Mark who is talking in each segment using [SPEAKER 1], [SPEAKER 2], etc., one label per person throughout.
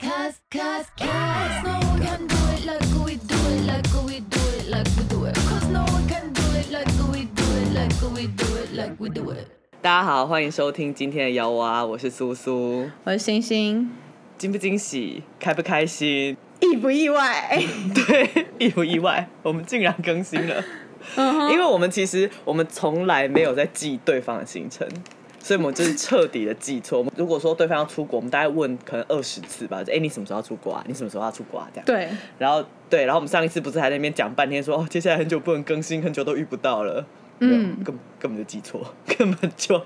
[SPEAKER 1] Cause, cause no one can do it like we do it, like we do it, like we do it. Cause no one can do it like we do it, like we do it, like we do it.
[SPEAKER 2] 大家好，欢迎收听今天的摇娃，我是苏苏。
[SPEAKER 3] 我是星星，
[SPEAKER 2] 惊不惊喜，开不开心？
[SPEAKER 3] 意不意 外？
[SPEAKER 2] 对，意不意外？我们竟然更新了，
[SPEAKER 3] 嗯哼
[SPEAKER 2] 因为我们其实我们从来没有在记对方的行程，所以我们就是彻底的记错。我们如果说对方要出国，我们大概问可能二十次吧，就哎、你什么时候要出国啊？你什么时候要出国啊？这样。
[SPEAKER 3] 对，
[SPEAKER 2] 然后对，然后我们上一次不是还在那边讲半天说，哦，接下来很久不能更新，很久都遇不到了，
[SPEAKER 3] 嗯
[SPEAKER 2] 没有根根本就记错， 根本就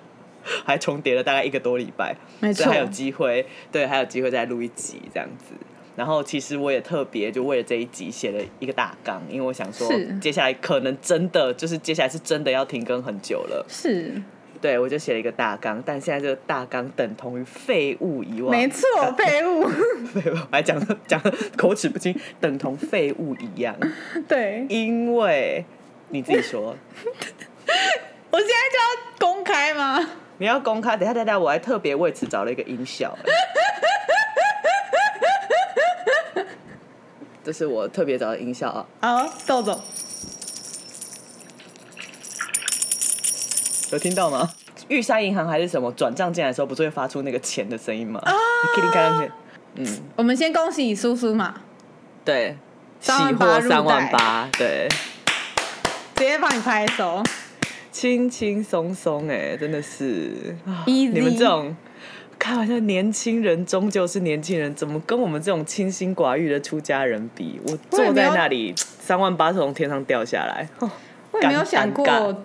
[SPEAKER 2] 还重叠了大概一个多礼拜，
[SPEAKER 3] 没
[SPEAKER 2] 所以
[SPEAKER 3] 错
[SPEAKER 2] 还有机会，对，还有机会再录一集这样子。然后其实我也特别就为了这一集写了一个大纲，因为我想说
[SPEAKER 3] 是
[SPEAKER 2] 接下来可能真的就是接下来是真的要停更很久了，
[SPEAKER 3] 是，
[SPEAKER 2] 对我就写了一个大纲，但现在这个大纲等同于废物遗忘，
[SPEAKER 3] 没错，废物，
[SPEAKER 2] 对，我还讲讲口齿不清，等同废物一样。
[SPEAKER 3] 对，
[SPEAKER 2] 因为你自己说，
[SPEAKER 3] 我现在就要公开吗？
[SPEAKER 2] 你要公开。等一下，等一下，我还特别为此找了一个音 效、欸这是我特别找的音效啊，
[SPEAKER 3] 好，豆豆，
[SPEAKER 2] 有听到吗？玉山银行还是什么转账进来的时候，不是会发出那个钱的声音吗？啊，叮叮当当的嗯，
[SPEAKER 3] 我们先恭喜苏苏嘛，
[SPEAKER 2] 对，喜
[SPEAKER 3] 三万八
[SPEAKER 2] 获
[SPEAKER 3] 入
[SPEAKER 2] 三万
[SPEAKER 3] 袋
[SPEAKER 2] 八，对，
[SPEAKER 3] 直接帮你拍手，
[SPEAKER 2] 轻轻松松，哎，真的是啊
[SPEAKER 3] Easy
[SPEAKER 2] 你们这种。开玩笑，年轻人终究是年轻人，怎么跟我们这种清心寡欲的出家人比？我
[SPEAKER 3] 我也
[SPEAKER 2] 坐
[SPEAKER 3] 没
[SPEAKER 2] 在
[SPEAKER 3] 有
[SPEAKER 2] 那里，三万八从天上掉下来，哼
[SPEAKER 3] 我也没有
[SPEAKER 2] 尴
[SPEAKER 3] 想过
[SPEAKER 2] 尴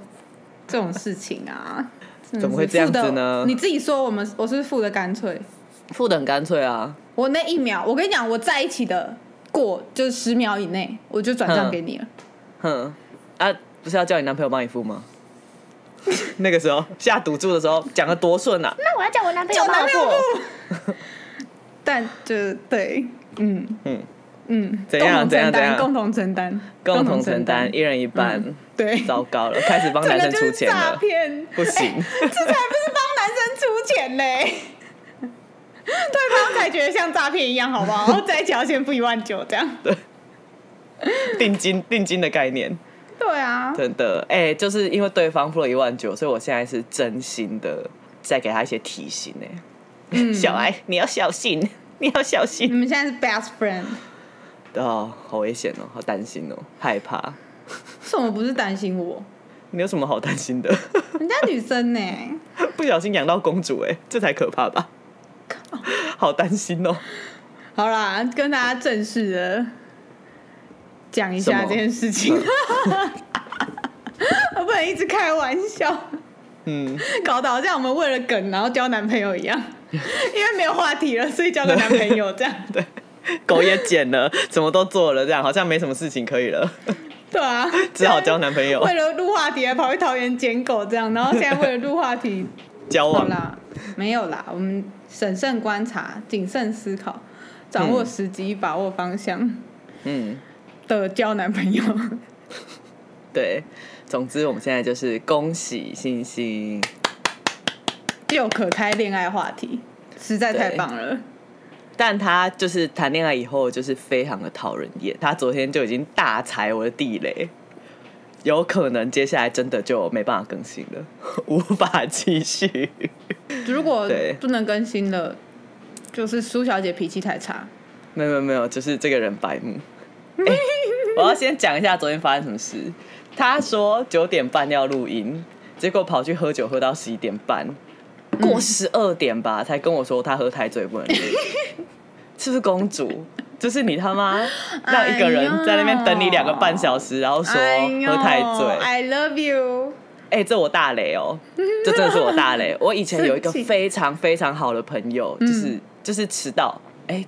[SPEAKER 3] 这种事情啊。真的是
[SPEAKER 2] 怎么会这样子
[SPEAKER 3] 付得
[SPEAKER 2] 呢
[SPEAKER 3] 你自己说，我们我是付的干脆。
[SPEAKER 2] 付的很干脆啊！
[SPEAKER 3] 我那一秒，我跟你讲，我在一起的过就是十秒以内，我就转账
[SPEAKER 2] 嗯
[SPEAKER 3] 给你了。
[SPEAKER 2] 哼啊，不是要叫你男朋友帮你付吗？ 那个时候下赌注的时候讲的多顺啊！
[SPEAKER 4] 那我要叫我男朋友
[SPEAKER 3] 叫
[SPEAKER 4] 帮
[SPEAKER 3] 男
[SPEAKER 4] 我
[SPEAKER 3] 朋友
[SPEAKER 4] 付。
[SPEAKER 3] 但就对，嗯
[SPEAKER 2] 嗯
[SPEAKER 3] 嗯，
[SPEAKER 2] 怎样
[SPEAKER 3] 共同承
[SPEAKER 2] 怎
[SPEAKER 3] 担
[SPEAKER 2] 样
[SPEAKER 3] 共同承担，
[SPEAKER 2] 共同承担，一人一半。
[SPEAKER 3] 对，
[SPEAKER 2] 糟糕了，开始帮
[SPEAKER 3] 这
[SPEAKER 2] 男
[SPEAKER 3] 个
[SPEAKER 2] 生
[SPEAKER 3] 嗯就
[SPEAKER 2] 出
[SPEAKER 3] 是
[SPEAKER 2] 钱
[SPEAKER 3] 诈
[SPEAKER 2] 了，
[SPEAKER 3] 骗，
[SPEAKER 2] 不行
[SPEAKER 3] 哎这才不是帮男生出钱嘞。 对方才觉得像诈骗一样，好不好？然后在一起要先付一万九，这样。
[SPEAKER 2] 定金定金的概念。
[SPEAKER 3] 对啊，
[SPEAKER 2] 真的，哎、就是因为对方付了一万九，所以我现在是真心的在给他一些提醒呢、小孩，你要小心， 你要小
[SPEAKER 3] 你
[SPEAKER 2] 心
[SPEAKER 3] 们现在是 best friend，
[SPEAKER 2] 哦，好危险哦，好担心哦，害怕。
[SPEAKER 3] 为什么不是担心我？
[SPEAKER 2] 你有什么好担心的？
[SPEAKER 3] 人家女生呢、
[SPEAKER 2] 不小心养到公主、哎，这才可怕吧？好担心哦！
[SPEAKER 3] 好啦，跟大家正式的讲一
[SPEAKER 2] 什
[SPEAKER 3] 下
[SPEAKER 2] 么
[SPEAKER 3] 这件事情。我 不能一直开玩笑，
[SPEAKER 2] 嗯，
[SPEAKER 3] 搞得好像我们为了梗然后交男朋友一 样，因为没有话题了，所以交个男朋友这样。
[SPEAKER 2] 对，狗也剪了，什么都做了，这样好像没什么事情可以了，
[SPEAKER 3] 对啊，
[SPEAKER 2] 只好交男朋友
[SPEAKER 3] 为了录话题还跑去桃园捡狗这样，然后现在为了录话题，
[SPEAKER 2] 交
[SPEAKER 3] 好
[SPEAKER 2] 往。
[SPEAKER 3] 啦，没有啦，我们审慎观察、谨慎思考、掌握时机、把握方向
[SPEAKER 2] 嗯，
[SPEAKER 3] 的交男朋友。
[SPEAKER 2] 对，总之我们现在就是恭喜星星。
[SPEAKER 3] 又可开恋爱话题，实在太棒了。
[SPEAKER 2] 但他就是谈恋爱以后，就是非常的讨人厌。他昨天就已经大踩我的地雷，有可能接下来真的就没办法更新了，无法继续。
[SPEAKER 3] 如果
[SPEAKER 2] 对
[SPEAKER 3] 不能更新了，就是苏小姐脾气太差。
[SPEAKER 2] 没有没有没有，就是这个人白目。 欸我要先讲一下昨天发生什么事。他说九点半要录音，结果跑去喝酒，喝到十一点半，过十二点吧，才跟我说他喝太醉不能录音， 是不是公主？就是你他 妈让一个人在那边等你两个半小时，然后说喝太醉，
[SPEAKER 3] 哎 I love you。
[SPEAKER 2] 哎、这我大雷 哦，这真的是我大雷。我以前有一个非常非常好的朋友，
[SPEAKER 3] 嗯
[SPEAKER 2] 就是就是迟到，哎、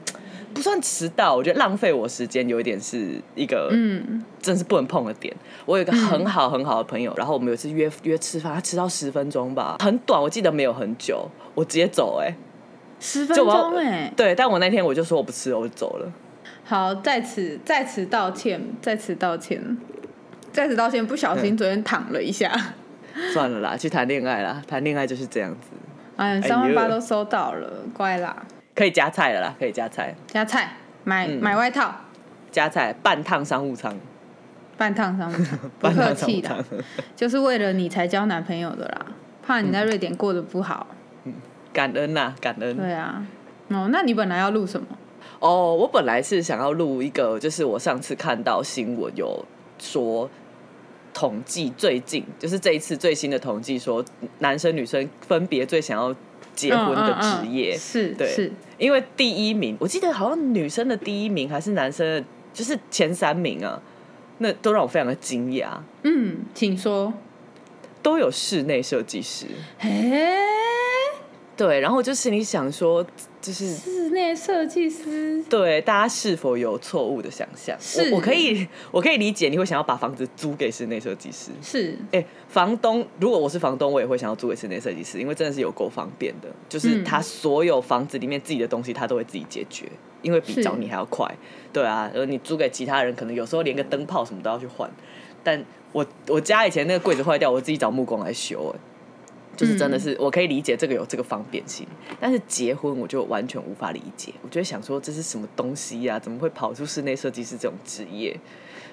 [SPEAKER 2] 不算迟到，我觉得浪费我时间有一点是一个，
[SPEAKER 3] 嗯，
[SPEAKER 2] 真是不能碰的点。我有一个很好很好的朋友，然后我们有一次约约吃饭，他迟到十分钟吧，很短，我记得没有很久，我直接走、哎，
[SPEAKER 3] 十分
[SPEAKER 2] 就我要
[SPEAKER 3] 钟哎、
[SPEAKER 2] 对，但我那天我就说我不吃了，我就走了。
[SPEAKER 3] 好，在此在此道歉，在此道歉，在此道歉，不小
[SPEAKER 2] 嗯
[SPEAKER 3] 心昨天躺了一下。
[SPEAKER 2] 算了啦，去谈恋爱啦，谈恋爱就是这样子。
[SPEAKER 3] 哎，
[SPEAKER 2] 呦
[SPEAKER 3] 三万八都收到了，乖啦。
[SPEAKER 2] 可以加菜了啦，可以加菜，
[SPEAKER 3] 加菜，买、
[SPEAKER 2] 嗯
[SPEAKER 3] 买外套，
[SPEAKER 2] 加菜半烫商务舱，
[SPEAKER 3] 半烫 商务舱不
[SPEAKER 2] 半
[SPEAKER 3] 客
[SPEAKER 2] 烫商
[SPEAKER 3] 气
[SPEAKER 2] 务
[SPEAKER 3] 啦
[SPEAKER 2] 舱，，
[SPEAKER 3] 就是为了你才交男朋友的啦，怕
[SPEAKER 2] 嗯
[SPEAKER 3] 你在瑞典过得不好。
[SPEAKER 2] 感恩呐、感恩。
[SPEAKER 3] 对啊，哦，那你本来要录什么？
[SPEAKER 2] 哦，我本来是想要录一个，就是我上次看到新闻有说。统计最近就是这一次最新的统计说，男生女生分别最想要结婚的
[SPEAKER 3] 嗯嗯嗯
[SPEAKER 2] 职业、
[SPEAKER 3] 是
[SPEAKER 2] 对
[SPEAKER 3] 是，
[SPEAKER 2] 因为第一名，我记得好像女生的第一名还是男生的，就是前三名啊，那都让我非常的惊讶，
[SPEAKER 3] 嗯，请说。
[SPEAKER 2] 都有室内设计师。
[SPEAKER 3] 哎，
[SPEAKER 2] 对，然后我就心里想说，就是
[SPEAKER 3] 室内设计师，
[SPEAKER 2] 对大家是否有错误的想象？
[SPEAKER 3] 是
[SPEAKER 2] 我我可以我可以理解你会想要把房子租给室内设计师。
[SPEAKER 3] 是
[SPEAKER 2] 哎、房东，如果我是房东，我也会想要租给室内设计师，因为真的是有够方便的，就是
[SPEAKER 3] 嗯
[SPEAKER 2] 他所有房子里面自己的东西，他都会自己解决，因为比
[SPEAKER 3] 是
[SPEAKER 2] 找你还要快。对啊，而你租给其他人，可能有时候连个灯泡什么都要去换。但我我家以前那个柜子坏掉，我自己找木工来修、哎，就是真的是、我可以理解这个有这个方便性，但是结婚我就完全无法理解。我就会想说，这是什么东西呀、怎么会跑出室内设计师这种职业？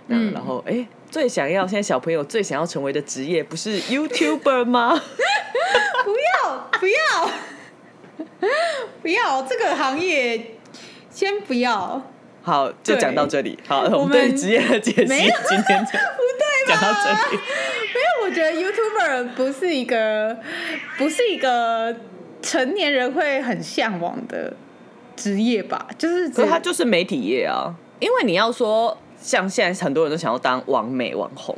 [SPEAKER 2] 嗯，
[SPEAKER 3] 嗯
[SPEAKER 2] 然后哎、诶最想要现在小朋友最想要成为的职业不是 YouTuber 吗？
[SPEAKER 3] 不要不要不要这个行业，先不要。
[SPEAKER 2] 好，就
[SPEAKER 3] 对
[SPEAKER 2] 讲到这里。好，
[SPEAKER 3] 我
[SPEAKER 2] 我们
[SPEAKER 3] 们
[SPEAKER 2] 对职业的解析
[SPEAKER 3] 没有
[SPEAKER 2] 今天就讲到这里。
[SPEAKER 3] 因为我觉得 YouTuber 不是一个不是一个成年人会很向往的职业吧，就是
[SPEAKER 2] 可
[SPEAKER 3] 只
[SPEAKER 2] 是它就是媒体业啊，因为你要说像现在很多人都想要当网美网红，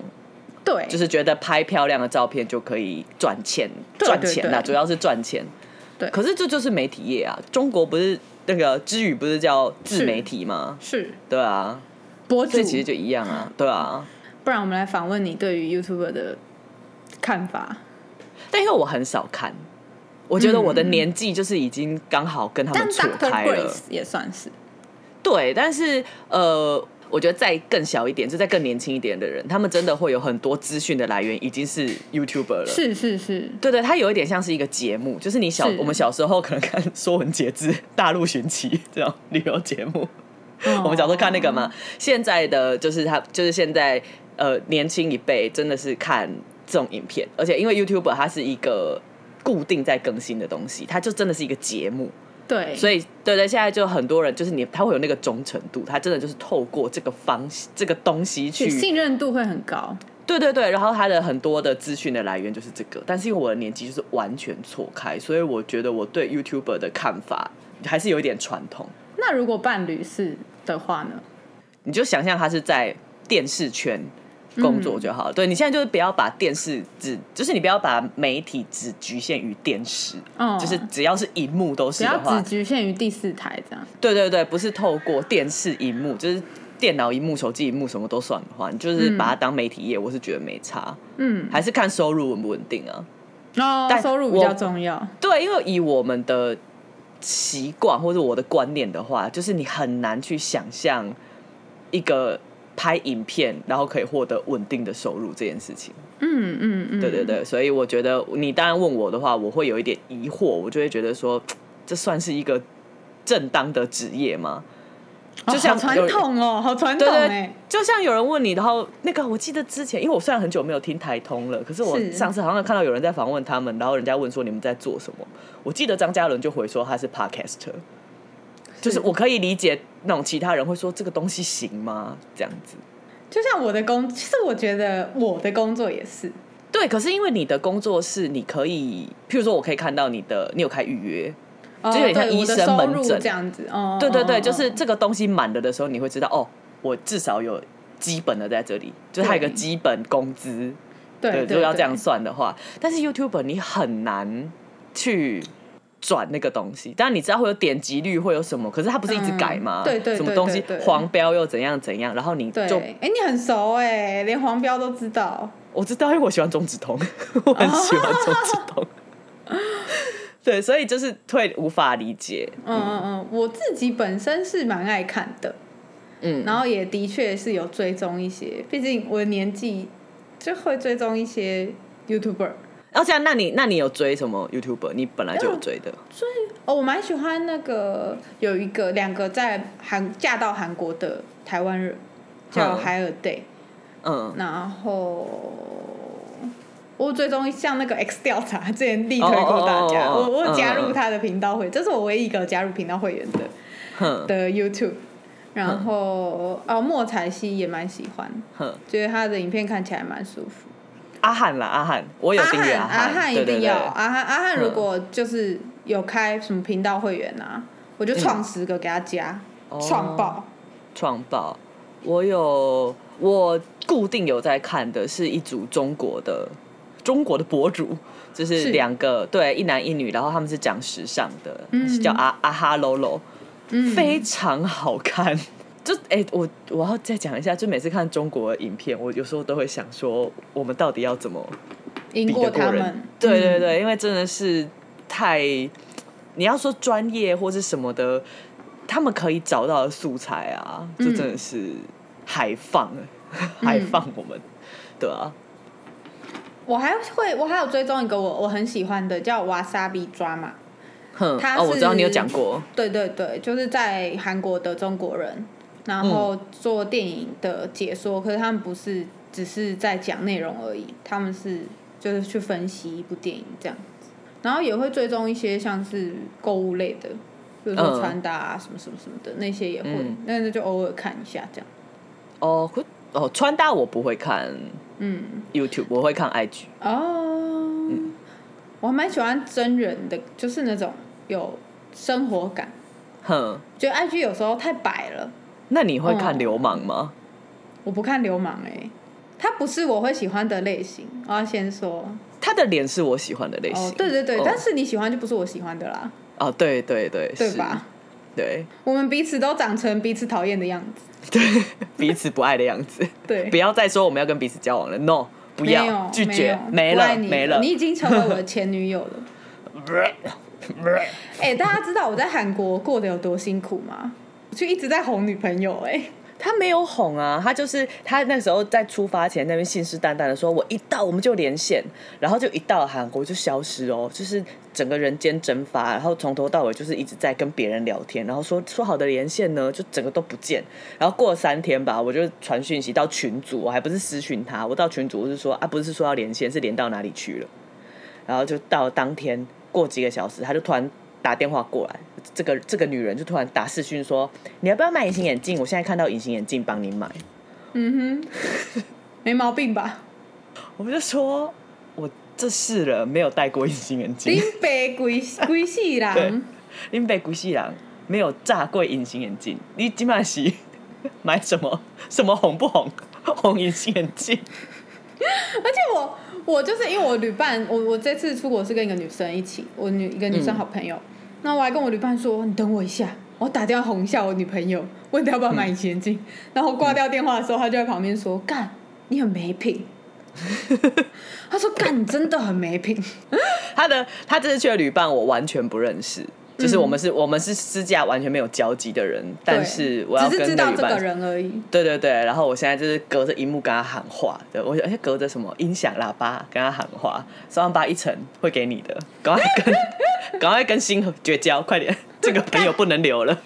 [SPEAKER 3] 对，
[SPEAKER 2] 就是觉得拍漂亮的照片就可以赚钱，
[SPEAKER 3] 对
[SPEAKER 2] 赚钱啦，
[SPEAKER 3] 对对
[SPEAKER 2] 主要是赚钱。
[SPEAKER 3] 对
[SPEAKER 2] 可是这就是媒体业啊。中国不是那个知语不是叫自媒体吗？
[SPEAKER 3] 是
[SPEAKER 2] 对啊，
[SPEAKER 3] 博
[SPEAKER 2] 所
[SPEAKER 3] 主
[SPEAKER 2] 以。其实就一样啊，对啊。
[SPEAKER 3] 不然我们来访问你对于 YouTuber 的看法。
[SPEAKER 2] 但因为我很少看，我觉得我的年纪就是已经刚好跟他
[SPEAKER 3] 嗯但
[SPEAKER 2] 们错
[SPEAKER 3] Doctor
[SPEAKER 2] 开了。
[SPEAKER 3] Grace 也算是
[SPEAKER 2] 对，但是呃，我觉得再更小一点，就再更年轻一点的人，他们真的会有很多资讯的来源已经是 YouTuber 了。
[SPEAKER 3] 是是是，
[SPEAKER 2] 对对，它有一点像是一个节目，就是你小
[SPEAKER 3] 是
[SPEAKER 2] 我们小时候可能看《说文解字》《大陆寻奇》这种旅游节目，
[SPEAKER 3] 哦嗯
[SPEAKER 2] 我们小时候看那个嘛。现在的就是他，就是现在呃年轻一辈真的是看这种影片，而且因为 YouTube 它是一个固定在更新的东西，它就真的是一个节目，
[SPEAKER 3] 对，
[SPEAKER 2] 所
[SPEAKER 3] 以
[SPEAKER 2] 以对对，现在就很多人就是你他会有那个忠诚度，他真的就是透过这个方这个东西去
[SPEAKER 3] 信任度会很高。
[SPEAKER 2] 对对对，然后他的很多的资讯的来源就是这个，但是因为我的年纪就是完全错开，所以我觉得我对 YouTuber 的看法还是有一点传统。
[SPEAKER 3] 那如果伴侣是的话呢？
[SPEAKER 2] 你就想象他是在电视圈工作就好
[SPEAKER 3] 嗯
[SPEAKER 2] 了。对你现在就是不要把电视只，就是你不要把媒体只局限于电视，
[SPEAKER 3] 嗯
[SPEAKER 2] 就是只要是荧幕都
[SPEAKER 3] 不
[SPEAKER 2] 是
[SPEAKER 3] 要
[SPEAKER 2] 的话
[SPEAKER 3] 只，局限于第四台这样。
[SPEAKER 2] 对对对，不是透过电视荧幕，就是电脑荧幕、手机荧幕什么都算的话，你就是把它当媒体业，我是觉得没差，
[SPEAKER 3] 嗯，
[SPEAKER 2] 还是看收入稳不稳定啊。
[SPEAKER 3] 哦，
[SPEAKER 2] 但
[SPEAKER 3] 收入比较
[SPEAKER 2] 我
[SPEAKER 3] 重要。
[SPEAKER 2] 对，因为以我们的习惯或者我的观念的话，就是你很难去想象一个拍影片然后可以获得稳定的收入这件事情。
[SPEAKER 3] 嗯嗯嗯，
[SPEAKER 2] 对对对，所以我觉得你当然问我的话，我会有一点疑惑，我就会觉得说，这算是一个正当的职业吗？
[SPEAKER 3] 哦，
[SPEAKER 2] 就像
[SPEAKER 3] 好传
[SPEAKER 2] 有
[SPEAKER 3] 统哦，好传
[SPEAKER 2] 对
[SPEAKER 3] 统
[SPEAKER 2] 对
[SPEAKER 3] 哎，，
[SPEAKER 2] 就像有人问你，然后那个我记得之前，因为我虽然很久没有听台通了，可是我
[SPEAKER 3] 是
[SPEAKER 2] 上次好像看到有人在访问他们，然后人家问说你们在做什么，我记得张嘉伦就回说他是 podcaster，就是我可以理解那种其他人会说这个东西行吗？这样子。
[SPEAKER 3] 就像我的工，其实我觉得我的工作也是，
[SPEAKER 2] 对，可是因为你的工作是你可以，譬如说，我可以看到你的，你有开预约，
[SPEAKER 3] 哦
[SPEAKER 2] 就有点像
[SPEAKER 3] 对
[SPEAKER 2] 医
[SPEAKER 3] 我的
[SPEAKER 2] 生
[SPEAKER 3] 收
[SPEAKER 2] 门
[SPEAKER 3] 入
[SPEAKER 2] 诊
[SPEAKER 3] 这样子。哦，
[SPEAKER 2] 对对
[SPEAKER 3] 哦
[SPEAKER 2] 对，
[SPEAKER 3] 哦
[SPEAKER 2] 就是
[SPEAKER 3] 哦
[SPEAKER 2] 这个东西满了的时候，你会知道哦，我至少有基本的在这里，就是它有一个
[SPEAKER 3] 对
[SPEAKER 2] 基本工资，
[SPEAKER 3] 对
[SPEAKER 2] 对，
[SPEAKER 3] 对，
[SPEAKER 2] 如果要这
[SPEAKER 3] 对
[SPEAKER 2] 样算的话，但是 YouTuber 你很难去转那个东西，当然你知道会有点击率，会有什么，可是它不是一直改吗？
[SPEAKER 3] 嗯对对
[SPEAKER 2] 什么
[SPEAKER 3] 对
[SPEAKER 2] 东西
[SPEAKER 3] 对对
[SPEAKER 2] 黄标又怎样怎样，然后你
[SPEAKER 3] 对，
[SPEAKER 2] 就
[SPEAKER 3] 哎、你很熟哎、连黄标都知道。
[SPEAKER 2] 我知道，因为我喜欢中指 通，我很喜欢中指通。 对，所以就是会无法理解，
[SPEAKER 3] 嗯嗯嗯，我自己本身是蛮爱看的，
[SPEAKER 2] 嗯，
[SPEAKER 3] 然后也的确是有追踪一些，毕竟我的年纪就会追踪一些 YouTuber。
[SPEAKER 2] 然后这样，那你那你有追什么 YouTuber？你本来就有追的，
[SPEAKER 3] 追哦，我蛮喜欢那个有一个两个在韩嫁到韩国的台湾人，叫
[SPEAKER 2] 嗯
[SPEAKER 3] 海尔 day，
[SPEAKER 2] 嗯，
[SPEAKER 3] 然后。我追踪像那个 X 调查，之前力推过大家，
[SPEAKER 2] 哦哦哦哦哦
[SPEAKER 3] 我我有加
[SPEAKER 2] 嗯嗯
[SPEAKER 3] 入
[SPEAKER 2] 嗯
[SPEAKER 3] 他的频道会，这是我唯一一个加入频道会员的
[SPEAKER 2] 哼
[SPEAKER 3] 的 YouTube。然后哦，莫彩希也蛮喜欢，
[SPEAKER 2] 哼，
[SPEAKER 3] 觉得他的影片看起来蛮舒服。
[SPEAKER 2] 阿汉啦，阿汉，我有
[SPEAKER 3] 阿
[SPEAKER 2] 订阅
[SPEAKER 3] 汉阿
[SPEAKER 2] 汉，
[SPEAKER 3] 汉一
[SPEAKER 2] 对对
[SPEAKER 3] 定
[SPEAKER 2] 对
[SPEAKER 3] 要，阿汉阿汉如
[SPEAKER 2] 嗯
[SPEAKER 3] 果就是有开什么频道会员啊，我就创十个给他加，
[SPEAKER 2] 嗯哦
[SPEAKER 3] 创爆。
[SPEAKER 2] 创爆。我有我固定有在看的是一组中国的中国的博主，就是
[SPEAKER 3] 是
[SPEAKER 2] 两个对一男一女，然后他们是讲时尚的，
[SPEAKER 3] 嗯
[SPEAKER 2] 是叫阿阿哈喽喽，
[SPEAKER 3] 嗯，
[SPEAKER 2] 非常好看。就哎、我我要再讲一下，就每次看中国的影片，我有时候都会想说，我们到底要怎么
[SPEAKER 3] 赢
[SPEAKER 2] 比得
[SPEAKER 3] 过他
[SPEAKER 2] 人
[SPEAKER 3] 们。
[SPEAKER 2] 对对
[SPEAKER 3] 嗯，
[SPEAKER 2] 对，因为真的是太，你要说专业或是什么的，他们可以找到的素材啊，就
[SPEAKER 3] 嗯
[SPEAKER 2] 真的是海放，海放我们，对啊，
[SPEAKER 3] 我还会，我还有追踪一个我我很喜欢的叫 Wasabi Drama，
[SPEAKER 2] 哼，
[SPEAKER 3] 他
[SPEAKER 2] 哦，我知道你有
[SPEAKER 3] 是
[SPEAKER 2] 讲过，
[SPEAKER 3] 对对对，就是在韩国的中国人，然后做电影的解说，可是他们不是只是在讲内容而已，他们是就是去分析一部电影这样子，然后也会追踪一些像是购物类的，比如
[SPEAKER 2] 嗯
[SPEAKER 3] 说穿搭啊什么什么什么的那些也会
[SPEAKER 2] 嗯，
[SPEAKER 3] 那、那就偶尔看一下这样，
[SPEAKER 2] 哦，可哦，穿搭我不会看
[SPEAKER 3] 嗯，
[SPEAKER 2] YouTube，我会看 IG，
[SPEAKER 3] 哦，我还蛮喜欢真人的，就是那种有生活感，
[SPEAKER 2] 哼，
[SPEAKER 3] 觉得 IG 有时候太摆了。
[SPEAKER 2] 那你会看
[SPEAKER 3] 哦
[SPEAKER 2] 流氓吗？
[SPEAKER 3] 我不看流氓哎、他不是我会喜欢的类型。我要先说
[SPEAKER 2] 他的脸是我喜欢的类型，
[SPEAKER 3] 哦，对对对，
[SPEAKER 2] 哦
[SPEAKER 3] 但是你喜欢就不是我喜欢的啦，
[SPEAKER 2] 哦，对对对，
[SPEAKER 3] 对
[SPEAKER 2] 是
[SPEAKER 3] 吧？？
[SPEAKER 2] 对
[SPEAKER 3] 我们彼此都长成彼此讨厌的样子，
[SPEAKER 2] 对， 彼此不爱的样子。
[SPEAKER 3] 对，
[SPEAKER 2] 不要再说我们要跟彼此交往了，no，不
[SPEAKER 3] 没
[SPEAKER 2] 要
[SPEAKER 3] 有
[SPEAKER 2] 拒绝，
[SPEAKER 3] 没
[SPEAKER 2] 没
[SPEAKER 3] 有不爱
[SPEAKER 2] 了
[SPEAKER 3] 你
[SPEAKER 2] 没了
[SPEAKER 3] 你。已经成为我的前女友了。 哎、大家知道我在韩国过得有多辛苦吗？我就一直在哄女朋友哎、
[SPEAKER 2] 他没有哄啊，他就是他那时候在出发前那边信誓旦旦的说，我一到我们就连线，然后就一到韩国就消失哦，就是整个人间蒸发，然后从头到尾就是一直在跟别人聊天，然后说 说好的连线呢，就整个都不见。然后过了三天吧，我就传讯息到群组，我还不是私讯他，我到群组我是说啊，不是说要连线，是连到哪里去了。然后就到当天过几个小时，他就突然打电话过来，这个这个女人就突然打视讯说：“你要不要买隐形眼镜？我现在看到隐形眼镜，帮你买。
[SPEAKER 3] 嗯哼，没毛 病吧？”
[SPEAKER 2] 我们就说：“我这世人没有戴过隐形眼
[SPEAKER 3] 林
[SPEAKER 2] 镜，
[SPEAKER 3] 北鬼鬼戏
[SPEAKER 2] 对
[SPEAKER 3] 郎，
[SPEAKER 2] 林北古西郎没有炸过隐形眼镜，你今晚是 买什么什么红不红？红隐形眼镜？
[SPEAKER 3] 而且我我就是因为我旅伴，我我这次出国是跟一个女生一起，我女一个女生好朋友，那我还跟我旅伴说，你等我一下，我要打电话哄一下我女朋友，问她要不要买隐形眼镜，然后挂掉电话的时候，她就在旁边说，干，你很没品。她说：“干，你真的很没品。
[SPEAKER 2] 他的他这次去的旅伴我完全不认识。”就是我们是，我们是私下完全没有交集的人，但
[SPEAKER 3] 对
[SPEAKER 2] 是我要
[SPEAKER 3] 只
[SPEAKER 2] 跟
[SPEAKER 3] 是知
[SPEAKER 2] 那
[SPEAKER 3] 道
[SPEAKER 2] 旅
[SPEAKER 3] 这
[SPEAKER 2] 伴
[SPEAKER 3] 个人而已。
[SPEAKER 2] 对对对，然后我现在就是隔着荧幕跟他喊话，对我而且隔着什么音响喇叭跟他喊话，三万八一层会给你的，赶快跟 赶快跟星河绝交，快点， 这个朋友不能留了。
[SPEAKER 3] 而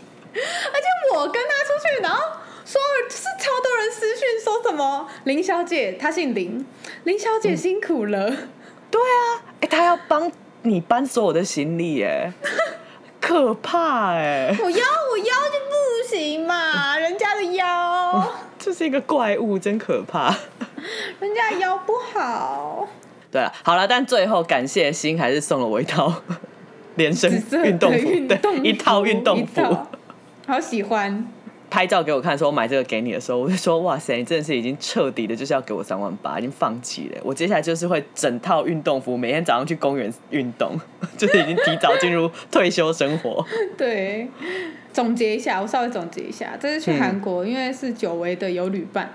[SPEAKER 3] 且我跟他出去，然后说就是超多人私讯说什么林小姐，她姓林，林小姐辛苦了。
[SPEAKER 2] 对啊，哎、他要帮你搬所有的行李，哎，可怕哎，
[SPEAKER 3] 我腰我腰就不 行嘛，人家的腰，
[SPEAKER 2] 这是一个怪物，真可怕。
[SPEAKER 3] 人家的腰不好，
[SPEAKER 2] 对了，好了，但最后感谢星还是送了我一套 连身
[SPEAKER 3] 紫色
[SPEAKER 2] 运动
[SPEAKER 3] 的
[SPEAKER 2] 服，
[SPEAKER 3] 运动
[SPEAKER 2] 对，
[SPEAKER 3] 服
[SPEAKER 2] 一套运动服
[SPEAKER 3] 一。套好喜欢。
[SPEAKER 2] 拍照给我看，说我买这个给你的时候，我就说哇塞，你真的是已经彻底的，就是要给我三万八，已经放弃了。我接下来就是会整套运动服，每天早上去公园运动， 就是已经提早进入退休生活。
[SPEAKER 3] 对，总结一下，我稍微总结一下，这次去
[SPEAKER 2] 嗯
[SPEAKER 3] 韩国，因为是久违的有旅伴，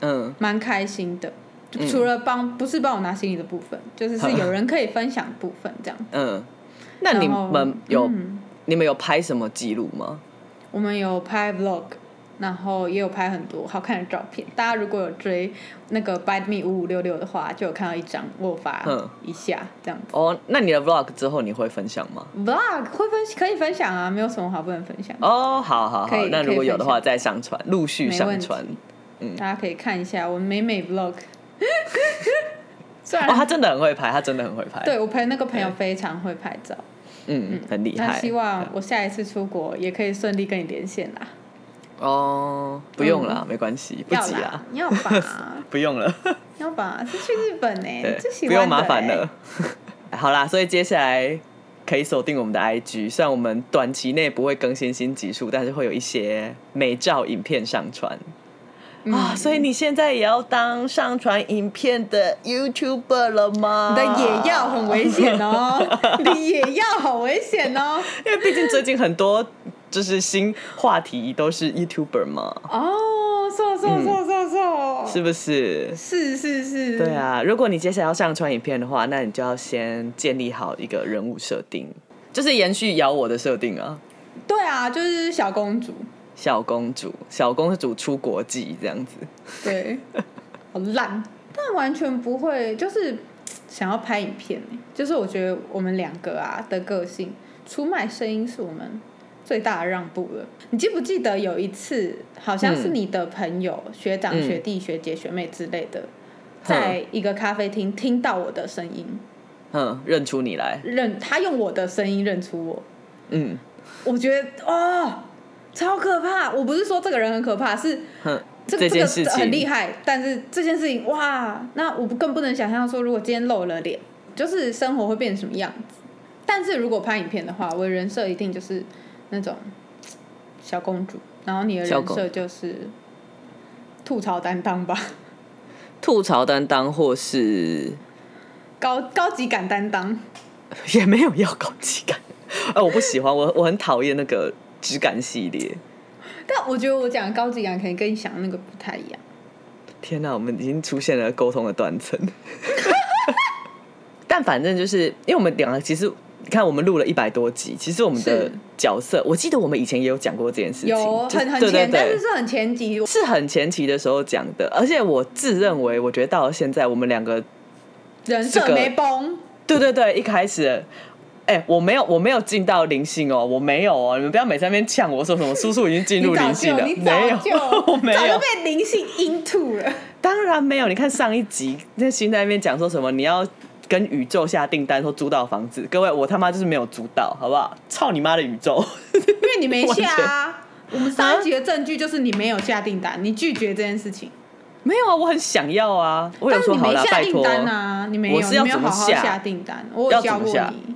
[SPEAKER 2] 嗯，
[SPEAKER 3] 蛮开心的。就除了帮、不是帮我拿行李的部分，就是是有人可以分享的部分这样。
[SPEAKER 2] 嗯，那你
[SPEAKER 3] 然后
[SPEAKER 2] 们有、
[SPEAKER 3] 嗯
[SPEAKER 2] 你们有拍什么记录吗？
[SPEAKER 3] 我们有拍 vlog，然后也有拍很多好看的照片。大家如果有追那个 Bite Me 五五六六的话，就有看到一张我有发
[SPEAKER 2] 嗯
[SPEAKER 3] 一下这样子。
[SPEAKER 2] 哦，那你的 vlog 之后你会分享吗？
[SPEAKER 3] Vlog 会分可以分享啊，没有什么好不能分享，
[SPEAKER 2] 哦，好好好
[SPEAKER 3] 可以，
[SPEAKER 2] 那如果有的
[SPEAKER 3] 可
[SPEAKER 2] 话
[SPEAKER 3] 以分
[SPEAKER 2] 再
[SPEAKER 3] 享
[SPEAKER 2] 上传，陆续上传。
[SPEAKER 3] 大家可以看一下我美美 Vlog。虽然、
[SPEAKER 2] 哦，他真的很会拍，他真的很会拍，
[SPEAKER 3] 对我朋友那个朋友非常会拍照，
[SPEAKER 2] 嗯，很厉
[SPEAKER 3] 那
[SPEAKER 2] 害。
[SPEAKER 3] 希望我下一次出国也可以顺利跟你连线啦。
[SPEAKER 2] 哦，不用啦，没关系，不
[SPEAKER 3] 嗯要
[SPEAKER 2] 急啊啦
[SPEAKER 3] 啦，，要吧，
[SPEAKER 2] 不用了，
[SPEAKER 3] 要吧，是去日本呢、
[SPEAKER 2] 对
[SPEAKER 3] 最，哎喜
[SPEAKER 2] 不
[SPEAKER 3] 欢的、欸哎
[SPEAKER 2] 用麻烦了。。 好啦，所以接下来可以锁定我们的 IG，虽然我们短期内不会更新新集数，但是会有一些美照影片上传。
[SPEAKER 3] 嗯
[SPEAKER 2] 啊，所以你现在也要当上传影片的 YouTuber 了吗？
[SPEAKER 3] 你的也要很危 险哦，你的也要好危险哦。
[SPEAKER 2] 因为毕竟最近很多就是新话题都是 YouTuber 嘛，
[SPEAKER 3] 哦，瘦瘦瘦瘦瘦，
[SPEAKER 2] 是不是？
[SPEAKER 3] 是是是，
[SPEAKER 2] 对，啊，如果你接下来要上传影片的话，那你就要先建立好一个人物设定，就是延续咬我的设定啊，
[SPEAKER 3] 对啊，就是小公主，
[SPEAKER 2] 小公主，小公主出国记这样子。
[SPEAKER 3] 对，好烂，但完全不会，就是想要拍影片欸就是我觉得我们两个啊的个性，出卖声音是我们最大的让步了。你记不记得有一次，好像是
[SPEAKER 2] 嗯
[SPEAKER 3] 你的朋友、学长、
[SPEAKER 2] 嗯
[SPEAKER 3] 学弟、学姐、学妹之类的，在一个咖啡厅听到我的声音，
[SPEAKER 2] 嗯，认出你来，
[SPEAKER 3] 认他用我的声音认出我，
[SPEAKER 2] 嗯
[SPEAKER 3] 我觉得哦，超可怕！我不是说这个人很可怕，是
[SPEAKER 2] 哼，
[SPEAKER 3] 这
[SPEAKER 2] 件事
[SPEAKER 3] 这个很厉
[SPEAKER 2] 情，
[SPEAKER 3] 害，但是这件事情哇，那我更不能想象说，如果今天露了脸，就是生活会变成什么样子。但是如果拍影片的话，我的人设一定就是那种嘖小公主，然后你的
[SPEAKER 2] 小
[SPEAKER 3] 人
[SPEAKER 2] 公
[SPEAKER 3] 设就是吐槽担当吧，
[SPEAKER 2] 吐槽担当或是
[SPEAKER 3] 高高级感担当。
[SPEAKER 2] 也没有要高级感， 哎，我不喜欢，我我很讨厌那个质感系列。
[SPEAKER 3] 但我觉得我讲的高级感可能跟你想的那个不太一样。
[SPEAKER 2] 天哪、我们已经出现了沟通的断层。 但反正就是因为我们两个，其实你看我们录了一百多集，其实我们的
[SPEAKER 3] 是
[SPEAKER 2] 角色，我记得我们以前也有讲过这件事情，
[SPEAKER 3] 有
[SPEAKER 2] 就是
[SPEAKER 3] 很很
[SPEAKER 2] 对对
[SPEAKER 3] 前，但是
[SPEAKER 2] 对，
[SPEAKER 3] 是很前集。
[SPEAKER 2] 是很前期的时候讲的。而且我自认为，我觉得到了现在，我们两个，
[SPEAKER 3] 人设
[SPEAKER 2] 这个
[SPEAKER 3] 没崩，
[SPEAKER 2] 对对对，一开始。哎、我没有，我没有进到灵性哦，我没有哦，你们不要每次在那边呛我说什么叔叔已经进入
[SPEAKER 3] 你早
[SPEAKER 2] 灵性
[SPEAKER 3] 就
[SPEAKER 2] 了，
[SPEAKER 3] 你
[SPEAKER 2] 没有
[SPEAKER 3] 早就，
[SPEAKER 2] 我没
[SPEAKER 3] 早
[SPEAKER 2] 有
[SPEAKER 3] 就，被灵性 into 了。
[SPEAKER 2] 当然没有，你看上一集那新在那边讲说什么，你要跟宇宙下订单说租到房子，各位我他妈就是没有租到，好不好？操你妈的宇宙！
[SPEAKER 3] 因为你没下啊。我们上一集的证据就是你没有下订单，你拒绝这件事情。
[SPEAKER 2] 没有啊，我很想要啊，我有
[SPEAKER 3] 但是
[SPEAKER 2] 说
[SPEAKER 3] 你
[SPEAKER 2] 好
[SPEAKER 3] 没
[SPEAKER 2] 啦，
[SPEAKER 3] 下
[SPEAKER 2] 拜
[SPEAKER 3] 订
[SPEAKER 2] 托，
[SPEAKER 3] 单啊，你没有，
[SPEAKER 2] 我是要
[SPEAKER 3] 你没有
[SPEAKER 2] 怎么
[SPEAKER 3] 好好
[SPEAKER 2] 下
[SPEAKER 3] 下订单。我有
[SPEAKER 2] 要
[SPEAKER 3] 教
[SPEAKER 2] 怎么
[SPEAKER 3] 过
[SPEAKER 2] 下
[SPEAKER 3] 你，我教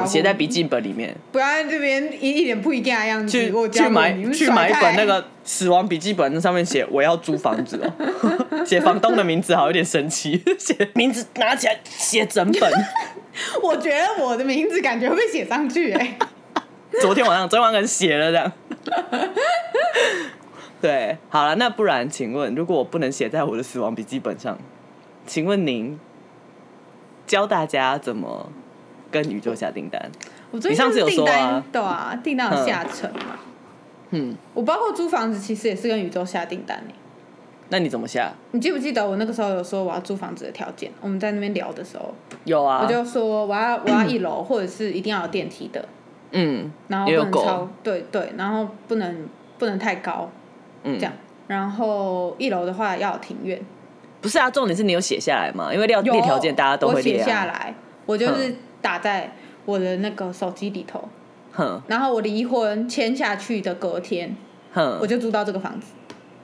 [SPEAKER 2] 我
[SPEAKER 3] 过
[SPEAKER 2] 写在
[SPEAKER 3] 你
[SPEAKER 2] 笔，记本里面，
[SPEAKER 3] 不要在这边一一脸不一样的样 子
[SPEAKER 2] 去。
[SPEAKER 3] 我有
[SPEAKER 2] 去
[SPEAKER 3] 教过
[SPEAKER 2] 买
[SPEAKER 3] 你，你
[SPEAKER 2] 去
[SPEAKER 3] 甩
[SPEAKER 2] 买一本
[SPEAKER 3] 开
[SPEAKER 2] 那个死亡笔记本，那上面写我要租房子哦， 写房东的名字好有点神奇， 写名字拿起来写整 本。
[SPEAKER 3] 我觉得我的名字感觉会被写上去哎、
[SPEAKER 2] 昨天晚上，昨天晚上写了这样。 对，好了，那不然，请问，如果我不能写在我的死亡笔记本上，请问您教大家怎么跟宇宙下订单？
[SPEAKER 3] 我最
[SPEAKER 2] 你
[SPEAKER 3] 近
[SPEAKER 2] 上次有
[SPEAKER 3] 订
[SPEAKER 2] 说啊
[SPEAKER 3] 单对啊，订单有下沉嘛。
[SPEAKER 2] 嗯，
[SPEAKER 3] 我包括租房子，其实也是跟宇宙下订单哎、
[SPEAKER 2] 那你怎么下？
[SPEAKER 3] 你记不记得我那个时候有说我要租房子的条件？我们在那边聊的时候，
[SPEAKER 2] 有啊，
[SPEAKER 3] 我就说我要我要一楼，或者是一定要有电梯的，
[SPEAKER 2] 嗯，
[SPEAKER 3] 然后
[SPEAKER 2] 也
[SPEAKER 3] 不
[SPEAKER 2] 有
[SPEAKER 3] 能
[SPEAKER 2] 狗
[SPEAKER 3] 超，，对对，然后不能不能太高
[SPEAKER 2] 嗯
[SPEAKER 3] 这，样，然后一楼的话要有庭院，
[SPEAKER 2] 不是啊，重点是你有写下来嘛？因为列
[SPEAKER 3] 有
[SPEAKER 2] 列条件大家都
[SPEAKER 3] 我
[SPEAKER 2] 会列
[SPEAKER 3] 写
[SPEAKER 2] 啊
[SPEAKER 3] 下，来，我就是
[SPEAKER 2] 嗯
[SPEAKER 3] 打在我的那个手机里头，
[SPEAKER 2] 哼
[SPEAKER 3] 然后我离婚签下去的隔天，我
[SPEAKER 2] 哼，
[SPEAKER 3] 就租到这个房子，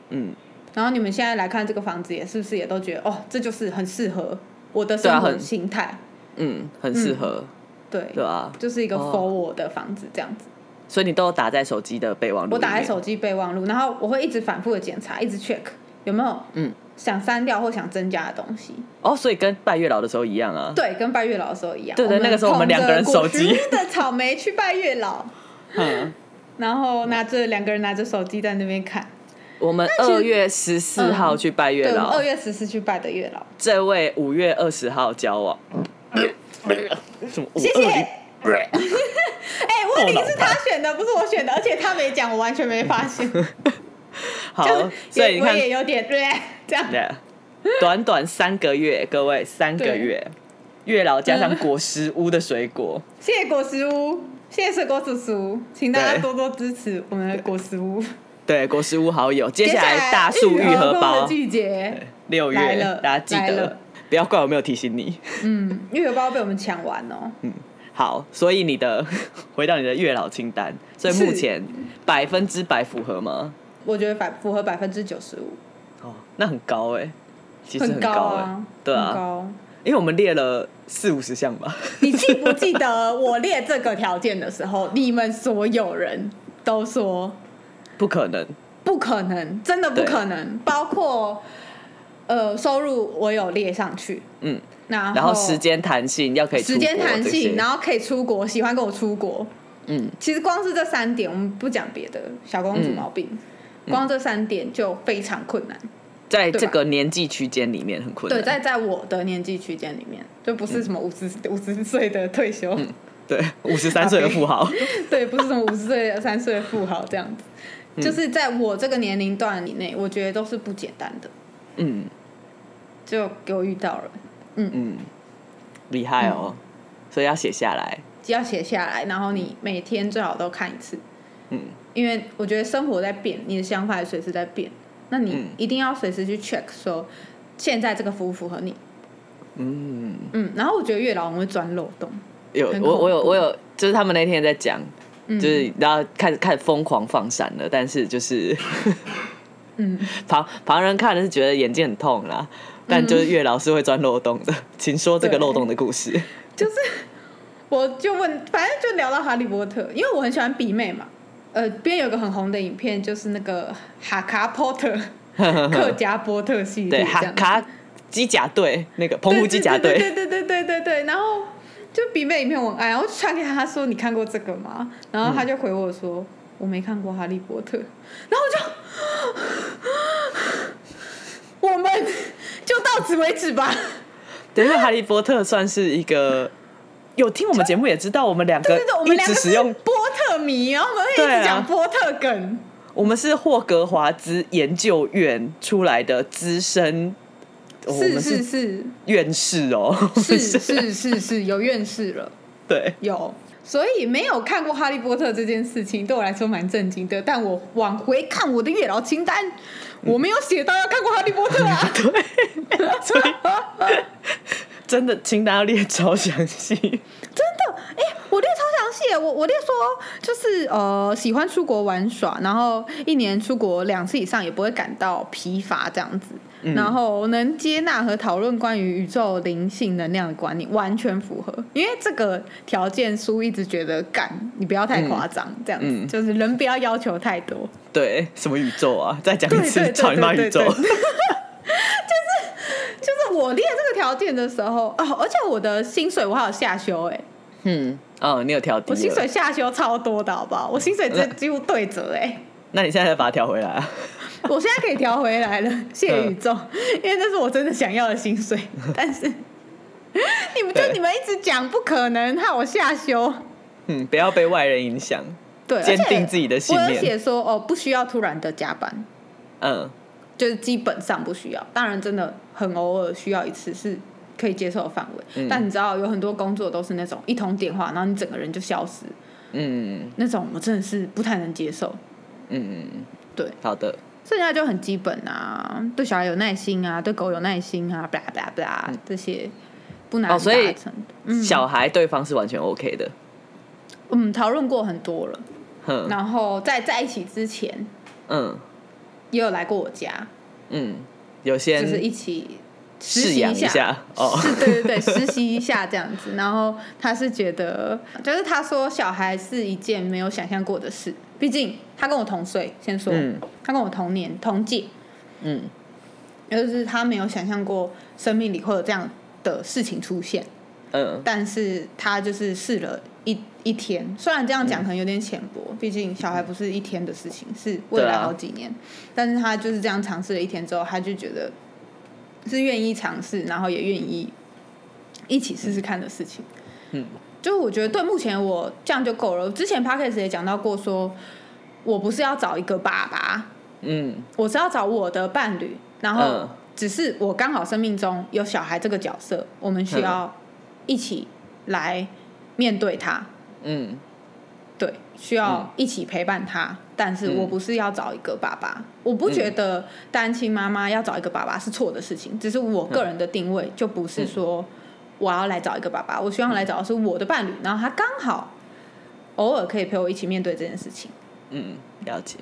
[SPEAKER 2] 嗯，
[SPEAKER 3] 然后你们现在来看这个房子，也是不是也都觉得哦，这就是很适合我的
[SPEAKER 2] 对啊
[SPEAKER 3] 生活
[SPEAKER 2] 很
[SPEAKER 3] 形态，
[SPEAKER 2] 嗯，很适合，
[SPEAKER 3] 对
[SPEAKER 2] 对啊，
[SPEAKER 3] 就是一个
[SPEAKER 2] 哦
[SPEAKER 3] for 我的房子这样子。
[SPEAKER 2] 所以你都有打在手机的备忘录，
[SPEAKER 3] 我打在，手机备忘录，然后我会一直反复的检查，一直 check 有没有
[SPEAKER 2] 嗯，
[SPEAKER 3] 想删掉或想增加的东西。
[SPEAKER 2] 哦，所以跟拜月老的时候一样啊，
[SPEAKER 3] 对，跟拜月老的时候一样。
[SPEAKER 2] 对对那个时候我们两个人手机
[SPEAKER 3] 捧着果实的草莓去拜月老，
[SPEAKER 2] 嗯。
[SPEAKER 3] 然后拿着两个人拿着手机在那边看。
[SPEAKER 2] 我们
[SPEAKER 3] 其实嗯
[SPEAKER 2] 二月十四号去拜
[SPEAKER 3] 对，
[SPEAKER 2] 月
[SPEAKER 3] 我们
[SPEAKER 2] 老哦
[SPEAKER 3] 二，月十四去拜的月老。
[SPEAKER 2] 这位五月二十号交往。什么？
[SPEAKER 3] 谢谢。
[SPEAKER 2] 520
[SPEAKER 3] 哎、问题是他选的，不是我选的，而且他没讲，我完全没发现。
[SPEAKER 2] 好
[SPEAKER 3] 就是，
[SPEAKER 2] 所以
[SPEAKER 3] 也
[SPEAKER 2] 你
[SPEAKER 3] 我
[SPEAKER 2] 看
[SPEAKER 3] 也有点对，这样
[SPEAKER 2] 对，短短三个月，各位三个
[SPEAKER 3] 对嗯
[SPEAKER 2] 月，月老加上果实屋的水果，
[SPEAKER 3] 谢谢果实屋，谢谢水果叔叔，请大家
[SPEAKER 2] 对
[SPEAKER 3] 多多支持我们的果实屋。
[SPEAKER 2] 对，果实屋好友，接下来大
[SPEAKER 3] 玉
[SPEAKER 2] 树愈合
[SPEAKER 3] 包
[SPEAKER 2] 包
[SPEAKER 3] 的，季节，
[SPEAKER 2] 六
[SPEAKER 3] 来
[SPEAKER 2] 月
[SPEAKER 3] 了
[SPEAKER 2] 大家记
[SPEAKER 3] 来
[SPEAKER 2] 得
[SPEAKER 3] 了，
[SPEAKER 2] 不要怪我没有提醒你。
[SPEAKER 3] 嗯，愈合包被我们抢完哦。
[SPEAKER 2] 好，所以你的 回到你的月老清单，所以目
[SPEAKER 3] 是
[SPEAKER 2] 前百分之百符合吗？
[SPEAKER 3] 我觉得百符合百分之九十五，
[SPEAKER 2] 哦，那很高哎、其实
[SPEAKER 3] 高
[SPEAKER 2] 高哎、
[SPEAKER 3] 啊，
[SPEAKER 2] 对
[SPEAKER 3] 很
[SPEAKER 2] 啊，
[SPEAKER 3] 高。
[SPEAKER 2] 因为我们列了四五十项吧，
[SPEAKER 3] 你记不记得我列这个条件的时候，你们所有人都说
[SPEAKER 2] 不可能，
[SPEAKER 3] 不可能，真的不
[SPEAKER 2] 对
[SPEAKER 3] 可能，包括呃收入我有列上去，
[SPEAKER 2] 嗯，
[SPEAKER 3] 然后
[SPEAKER 2] 然后时间弹性要可哎以出
[SPEAKER 3] 时间
[SPEAKER 2] 国
[SPEAKER 3] 弹
[SPEAKER 2] 这些
[SPEAKER 3] 性，然后可以出国，喜欢跟我出国。
[SPEAKER 2] 嗯，
[SPEAKER 3] 其实光是这三点，我们不讲别的，小公主毛病，
[SPEAKER 2] 嗯
[SPEAKER 3] 光这三点就非常困难。
[SPEAKER 2] 在
[SPEAKER 3] 对吧啊
[SPEAKER 2] 这个年纪区间里面很困难，嗯
[SPEAKER 3] 对，在在我的年纪区间里面，就不是什么五十五十岁的退休，
[SPEAKER 2] 对五十三岁的富豪，
[SPEAKER 3] 对，不是什么五十岁、三岁的富豪这样子，
[SPEAKER 2] 嗯
[SPEAKER 3] 就是在我这个年龄段以内，我觉得都是不简单的，
[SPEAKER 2] 嗯
[SPEAKER 3] 就给我遇到了。
[SPEAKER 2] 嗯，厉害
[SPEAKER 3] 嗯
[SPEAKER 2] 哦，所以要写下来，
[SPEAKER 3] 要写下来，然后你每天最好都看一次，
[SPEAKER 2] 嗯，
[SPEAKER 3] 因为我觉得生活在变，你的想法也随时在变，那你
[SPEAKER 2] 嗯
[SPEAKER 3] 一定要随时去 check 说现在这个符不符合你，
[SPEAKER 2] 嗯，
[SPEAKER 3] 嗯，然后我觉得月老很会钻漏洞，
[SPEAKER 2] 有
[SPEAKER 3] 很
[SPEAKER 2] 我我有
[SPEAKER 3] 恐怖
[SPEAKER 2] 我有，就是他们那天在讲，
[SPEAKER 3] 嗯
[SPEAKER 2] 就是然后看看疯狂放闪了，但是就是
[SPEAKER 3] 嗯，
[SPEAKER 2] 旁旁人看的是觉得眼睛很痛啦，但就是月老是会钻漏洞
[SPEAKER 3] 嗯
[SPEAKER 2] 的，请说这个漏洞的故事。
[SPEAKER 3] 就是我就问，反正就聊到哈利波特，因为我很喜欢比妹嘛，呃，边有个很红的影片就是那个哈卡波 特客家波特系列
[SPEAKER 2] 对，
[SPEAKER 3] 这
[SPEAKER 2] 哈
[SPEAKER 3] 样子，
[SPEAKER 2] 卡机甲队那个澎湖机甲
[SPEAKER 3] 对
[SPEAKER 2] 队，
[SPEAKER 3] 对对对对对对。然后就比妹影片我很爱，我就传给他，他说你看过这个吗？然后他就回我说、我没看过《哈利波特》，然后我就我们就到此为止吧。
[SPEAKER 2] 对，因为哈利波特算是一个有听我们节目也知道，我们两
[SPEAKER 3] 对
[SPEAKER 2] 个
[SPEAKER 3] 对对，我们
[SPEAKER 2] 一
[SPEAKER 3] 两
[SPEAKER 2] 直
[SPEAKER 3] 个
[SPEAKER 2] 使
[SPEAKER 3] 是
[SPEAKER 2] 用，
[SPEAKER 3] 波特迷，然后我们一
[SPEAKER 2] 对
[SPEAKER 3] 直
[SPEAKER 2] 啊
[SPEAKER 3] 讲波特梗，
[SPEAKER 2] 我们是霍格华兹研究院出来的资深，哦我
[SPEAKER 3] 是
[SPEAKER 2] 们
[SPEAKER 3] 是
[SPEAKER 2] 是
[SPEAKER 3] 是
[SPEAKER 2] 院士哦，
[SPEAKER 3] 是是是是有院士了。
[SPEAKER 2] 对，
[SPEAKER 3] 有，所以没有看过《哈利波特》这件事情对我来说蛮震惊的。但我往回看我的月老清单，我没有写到要看过《哈利波特》啊。
[SPEAKER 2] 所以真的清单要列超详细，
[SPEAKER 3] 哎、我列超详细的，我我列说就是呃，喜欢出国玩耍，然后一年出国两次以上也不会感到疲乏这样子，
[SPEAKER 2] 嗯
[SPEAKER 3] 然后能接纳和讨论关于宇宙灵性能量的观念，完全符合。因为这个条件书一直觉得干，你不要太夸张，这样子、
[SPEAKER 2] 嗯
[SPEAKER 3] 就是人不要要求太多。
[SPEAKER 2] 对，什么宇宙啊？再讲一
[SPEAKER 3] 对
[SPEAKER 2] 次，
[SPEAKER 3] 对
[SPEAKER 2] 操
[SPEAKER 3] 对
[SPEAKER 2] 你妈
[SPEAKER 3] 对
[SPEAKER 2] 宇
[SPEAKER 3] 对对
[SPEAKER 2] 宙！
[SPEAKER 3] 就是我列这个条件的时候，哦，而且我的薪水我还有下修哎、
[SPEAKER 2] 嗯，哦，你有调低
[SPEAKER 3] 我薪水
[SPEAKER 2] 了，
[SPEAKER 3] 下修超多的好不好？我薪水这几乎对折哎、
[SPEAKER 2] 那你现在再把它调回来啊？
[SPEAKER 3] 我现在可以调回来了，谢谢宇宙，因为这是我真的想要的 薪水。但是你们就
[SPEAKER 2] 对
[SPEAKER 3] 你们一直讲不可能，害我下修。
[SPEAKER 2] 嗯，不要被外人影响，
[SPEAKER 3] 对，
[SPEAKER 2] 坚
[SPEAKER 3] 而且
[SPEAKER 2] 定自己的信
[SPEAKER 3] 我有
[SPEAKER 2] 念
[SPEAKER 3] 写说哦，不需要突然的加班，
[SPEAKER 2] 嗯
[SPEAKER 3] 就是基本上不需要。当然，真的很偶尔需要一次是可以接受的范围。
[SPEAKER 2] 嗯
[SPEAKER 3] 但你知道，有很多工作都是那种一通电话，然后你整个人就消失，
[SPEAKER 2] 嗯
[SPEAKER 3] 那种我真的是不太能接受。
[SPEAKER 2] 嗯嗯，
[SPEAKER 3] 对，
[SPEAKER 2] 好的，
[SPEAKER 3] 剩下就很基本啊，对小孩有耐心啊，对狗有耐心啊，blah blah blah、这些不难
[SPEAKER 2] 嗯哦
[SPEAKER 3] 达
[SPEAKER 2] 所以
[SPEAKER 3] 成的。嗯
[SPEAKER 2] 小孩对方是完全 OK 的，
[SPEAKER 3] 嗯，讨论过很多了，
[SPEAKER 2] 哼，
[SPEAKER 3] 然后在在一起之前
[SPEAKER 2] 嗯
[SPEAKER 3] 也有来过我家，
[SPEAKER 2] 嗯，有
[SPEAKER 3] 就是
[SPEAKER 2] 先
[SPEAKER 3] 一起实
[SPEAKER 2] 试
[SPEAKER 3] 习
[SPEAKER 2] 养
[SPEAKER 3] 一下
[SPEAKER 2] 下哦，
[SPEAKER 3] 是，对对 对，实习一下这样子。然后他是觉得，就是他说小孩是一件没有想象过的事，毕竟他跟我同岁，先说，
[SPEAKER 2] 嗯
[SPEAKER 3] 他跟我同年同届，
[SPEAKER 2] 嗯
[SPEAKER 3] 就是他没有想象过生命里会有这样的事情出现，
[SPEAKER 2] 嗯
[SPEAKER 3] 但是他就是试了一一天，虽然这样讲可能有点浅薄，毕竟小孩不是一天的事情，是未
[SPEAKER 2] 对
[SPEAKER 3] 来
[SPEAKER 2] 啊
[SPEAKER 3] 好几年。但是他就是这样尝试了一天之后，他就觉得是愿意尝试，然后也愿意一起试试看的事情。
[SPEAKER 2] 嗯，
[SPEAKER 3] 就我觉得对目前我这样就够了。之前 p a c k a s 也讲到过说，我不是要找一个爸爸，
[SPEAKER 2] 嗯
[SPEAKER 3] 我是要找我的伴侣，然后
[SPEAKER 2] 嗯
[SPEAKER 3] 只是我刚好生命中有小孩这个角色，我们需要一起来面对他，
[SPEAKER 2] 嗯
[SPEAKER 3] 对，需
[SPEAKER 2] 嗯
[SPEAKER 3] 要一起陪伴他。但是我
[SPEAKER 2] 嗯
[SPEAKER 3] 不是要找一个爸爸，我不觉得单亲妈妈要找一个爸爸是错的事情，只是我个人的定位就不是
[SPEAKER 2] 嗯
[SPEAKER 3] 说我要来找一个爸爸，我希望来找的是我的伴侣，然后他刚好偶尔可以陪我一起面对这件事情。
[SPEAKER 2] 嗯，了解。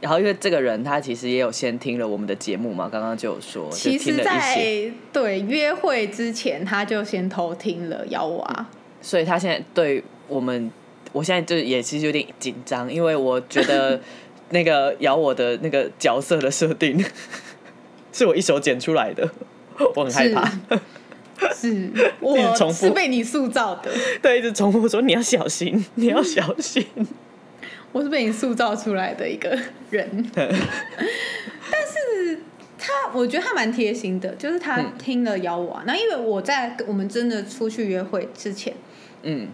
[SPEAKER 2] 然后因为这个人他其实也有先听了我们的节目嘛，刚刚就有说，就
[SPEAKER 3] 其
[SPEAKER 2] 听了
[SPEAKER 3] 实
[SPEAKER 2] 一些，
[SPEAKER 3] 在对约会之前，他就先偷听了瑶娃。
[SPEAKER 2] 所以他现在对我们，我现在就也其实有点紧张，因为我觉 得那个咬我的那个角色的设定 是我一手剪出来的，我很害怕。
[SPEAKER 3] 是
[SPEAKER 2] 一直
[SPEAKER 3] 我
[SPEAKER 2] 重
[SPEAKER 3] 是
[SPEAKER 2] 复
[SPEAKER 3] 被你塑造的，
[SPEAKER 2] 对，一直重复说你要小心，你要小心。
[SPEAKER 3] 我是被你塑造出来的一个 人。但是他，我觉得他蛮贴心的，就是他
[SPEAKER 2] 嗯
[SPEAKER 3] 听了咬我、啊。那、因为我在我们真的出去约会之前，
[SPEAKER 2] 嗯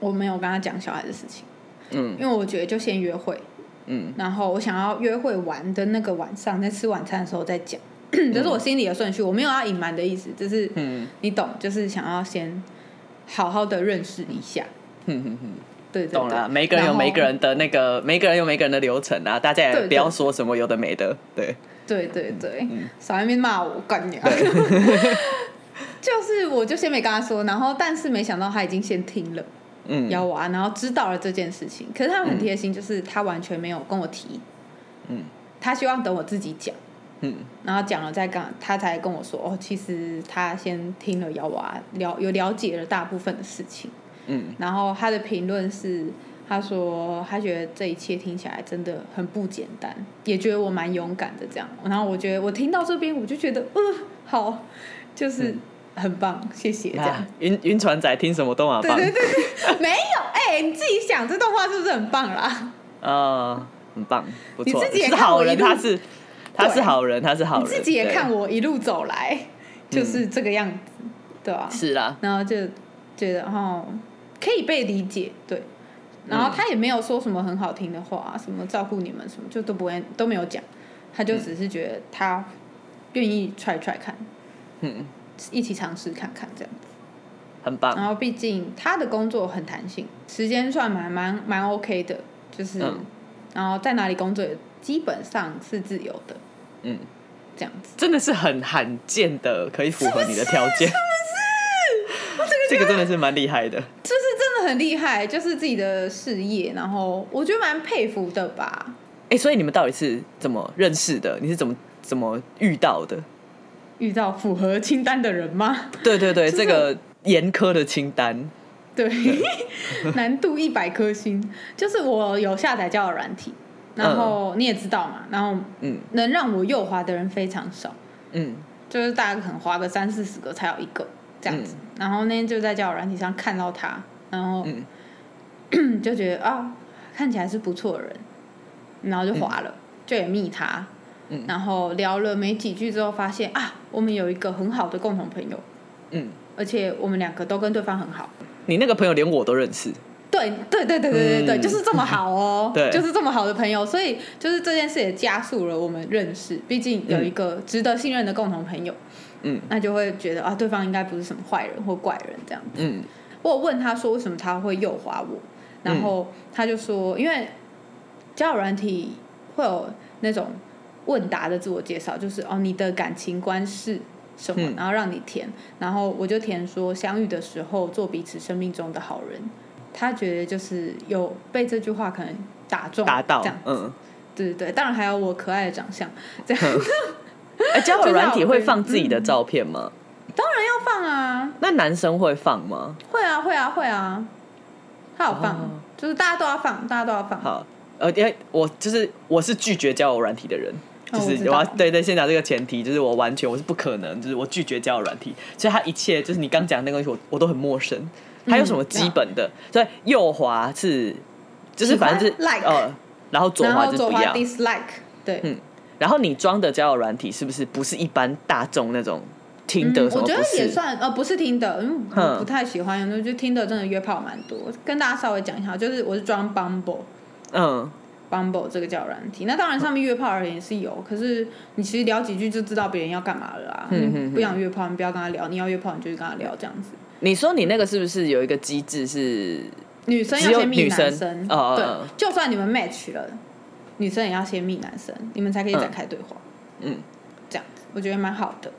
[SPEAKER 3] 我没有跟他讲小孩的事情，
[SPEAKER 2] 嗯
[SPEAKER 3] 因为我觉得就先约会，
[SPEAKER 2] 嗯
[SPEAKER 3] 然后我想要约会完的那个晚上，在吃晚餐的时候再讲。 这是我心里的顺序，我没有要隐瞒的意思，只是
[SPEAKER 2] 嗯
[SPEAKER 3] 你懂，就是想要先好好的认识一下。
[SPEAKER 2] 嗯嗯嗯，
[SPEAKER 3] 对对对，
[SPEAKER 2] 懂了。每个人有
[SPEAKER 3] 然后
[SPEAKER 2] 每个人的那个，每个人有每个人的流程啊，大家
[SPEAKER 3] 对
[SPEAKER 2] 也
[SPEAKER 3] 对
[SPEAKER 2] 不要说什么有的没的。对，
[SPEAKER 3] 对对对，
[SPEAKER 2] 嗯
[SPEAKER 3] 少在那边骂我干娘。 就是我就先没跟他说，然后但是没想到他已经先听了
[SPEAKER 2] 嗯
[SPEAKER 3] 邀我啊，然后知道了这件事情。可是他们很贴心，就是他完全没有跟我提，
[SPEAKER 2] 嗯
[SPEAKER 3] 他希望等我自己讲，
[SPEAKER 2] 嗯
[SPEAKER 3] 然后讲了再跟他才跟我说哦，其实他先听了邀我啊，了有了解了大部分的事情。
[SPEAKER 2] 嗯
[SPEAKER 3] 然后他的评论是，他说他觉得这一切听起来真的很不简单，也觉得我蛮勇敢的这样。然后我觉得我听到这边，我就觉得，嗯，好，就是
[SPEAKER 2] 嗯
[SPEAKER 3] 很棒，谢谢这样
[SPEAKER 2] 啊。，晕晕船仔听什么都马
[SPEAKER 3] 对
[SPEAKER 2] 棒
[SPEAKER 3] 对对对，没有，哎、你自己想这段话是不是很棒啦？
[SPEAKER 2] 啊，很棒，不错，
[SPEAKER 3] 你自己也
[SPEAKER 2] 是
[SPEAKER 3] 看我
[SPEAKER 2] 好人，
[SPEAKER 3] 一路
[SPEAKER 2] 他是他是
[SPEAKER 3] 对
[SPEAKER 2] 好人，他是好
[SPEAKER 3] 你
[SPEAKER 2] 人，
[SPEAKER 3] 自己也
[SPEAKER 2] 对
[SPEAKER 3] 看我一路走来就是这个样子，对吧、
[SPEAKER 2] 是啦，
[SPEAKER 3] 然后就觉得哦，可以被理解，对。然后他也没有说什么很好听的话、什么照顾你们什么，就都不会都没有讲，他就只是觉得他愿意 try try 看，
[SPEAKER 2] 嗯，
[SPEAKER 3] 一起尝试看看这样。
[SPEAKER 2] 很棒，
[SPEAKER 3] 然后毕竟他的工作很弹性，时间算蛮蛮蛮 OK 的，就是、
[SPEAKER 2] 嗯
[SPEAKER 3] 然后在哪里工作也基本上是自由的
[SPEAKER 2] 嗯，
[SPEAKER 3] 这样子。
[SPEAKER 2] 真的是很罕见的，可以符合你的条件，这个真的是蛮厉害的，
[SPEAKER 3] 就是真的很厉害，就是自己的事业，然后我觉得蛮佩服的吧。
[SPEAKER 2] 哎，所以你们到底是怎么认识的？你是怎么怎么遇到的？
[SPEAKER 3] 遇到符合清单的人吗？
[SPEAKER 2] 对对对，
[SPEAKER 3] 就是
[SPEAKER 2] 这个严苛的清单，
[SPEAKER 3] 对，难度一百颗星。就是我有下载交友软体，然后你也知道嘛，然后
[SPEAKER 2] 嗯
[SPEAKER 3] 能让我右滑的人非常少，
[SPEAKER 2] 嗯
[SPEAKER 3] 就是大概可能滑个三四十个才有一个这样子。然后那天就在交友软体上看到他，然后
[SPEAKER 2] 嗯
[SPEAKER 3] 就觉得啊，看起来是不错的人，然后就滑了，就也密他。
[SPEAKER 2] 嗯
[SPEAKER 3] 然后聊了没几句之后，发现啊，我们有一个很好的共同朋友，
[SPEAKER 2] 嗯，
[SPEAKER 3] 而且我们两个都跟对方很好。
[SPEAKER 2] 你那个朋友连我都认识，
[SPEAKER 3] 对对对对对对对，
[SPEAKER 2] 嗯，
[SPEAKER 3] 就是这么好哦
[SPEAKER 2] 对
[SPEAKER 3] 就是这么好的朋友，所以就是这件事也加速了我们认识。毕竟有一个值得信任的共同朋友，
[SPEAKER 2] 嗯
[SPEAKER 3] 那就会觉得啊，对方应该不是什么坏人或怪人这样。
[SPEAKER 2] 嗯
[SPEAKER 3] 我有问他说为什么他会右滑我，然
[SPEAKER 2] 嗯
[SPEAKER 3] 后他就说，因为交友软体会有那种问答的自我介绍，就是哦你的感情观是什么，
[SPEAKER 2] 嗯
[SPEAKER 3] 然后让你填，然后我就填说相遇的时候做彼此生命中的好人。他觉得就是有被这句话可能打中，
[SPEAKER 2] 达到
[SPEAKER 3] 这样，
[SPEAKER 2] 嗯，
[SPEAKER 3] 对对对，当然还有我可爱的长相，这样
[SPEAKER 2] 哎，交友软体会
[SPEAKER 3] 就是嗯
[SPEAKER 2] 放自己的照片吗？
[SPEAKER 3] 当然要放啊，
[SPEAKER 2] 那男生会放吗？
[SPEAKER 3] 会啊会啊会啊，他有放，
[SPEAKER 2] 哦
[SPEAKER 3] 就是大家都要放，大家都要放，
[SPEAKER 2] 好，呃，因为我就是我是拒绝交友软体的人，就
[SPEAKER 3] 哦我知
[SPEAKER 2] 是
[SPEAKER 3] 道
[SPEAKER 2] 我要对对先讲这个前提，就是我完全我是不可能，就是我拒绝交友软体，所以他一切就是你刚讲的那个东西，我我都很陌生。
[SPEAKER 3] 嗯
[SPEAKER 2] 还有什么基本的？所以右滑是就是
[SPEAKER 3] 啊喜欢
[SPEAKER 2] 反正就是
[SPEAKER 3] like
[SPEAKER 2] 呃，然后左
[SPEAKER 3] 然
[SPEAKER 2] 滑就
[SPEAKER 3] 后
[SPEAKER 2] 是
[SPEAKER 3] 左
[SPEAKER 2] 不
[SPEAKER 3] 滑
[SPEAKER 2] 要。
[SPEAKER 3] dislike，对，
[SPEAKER 2] 嗯然后你装的交友软体是不是不是一般大众那种听的
[SPEAKER 3] 嗯
[SPEAKER 2] 什么？
[SPEAKER 3] 我觉得
[SPEAKER 2] 不是
[SPEAKER 3] 也算，呃，不是听的，嗯，
[SPEAKER 2] 嗯
[SPEAKER 3] 我不太喜欢，那就听的真的约炮蛮多。跟大家稍微讲一下，就是我是装 Bumble，
[SPEAKER 2] 嗯
[SPEAKER 3] Bumble 这个交友软体。那当然上面约炮而言也是有，可是你其实聊几句就知道别人要干嘛了啊。
[SPEAKER 2] 嗯嗯嗯
[SPEAKER 3] 你不想约炮，你不要跟他聊；你要约炮，你就去跟他聊这样子。
[SPEAKER 2] 你说你那个是不是有一个机制是？
[SPEAKER 3] 女生
[SPEAKER 2] 只
[SPEAKER 3] 要
[SPEAKER 2] 有
[SPEAKER 3] 先密
[SPEAKER 2] 女生
[SPEAKER 3] 男生，
[SPEAKER 2] 哦
[SPEAKER 3] 对
[SPEAKER 2] 哦哦，
[SPEAKER 3] 就算你们 match 了，女生也要先密男生，你们才可以展开对话。
[SPEAKER 2] 嗯，
[SPEAKER 3] 这样子我觉得蛮好的。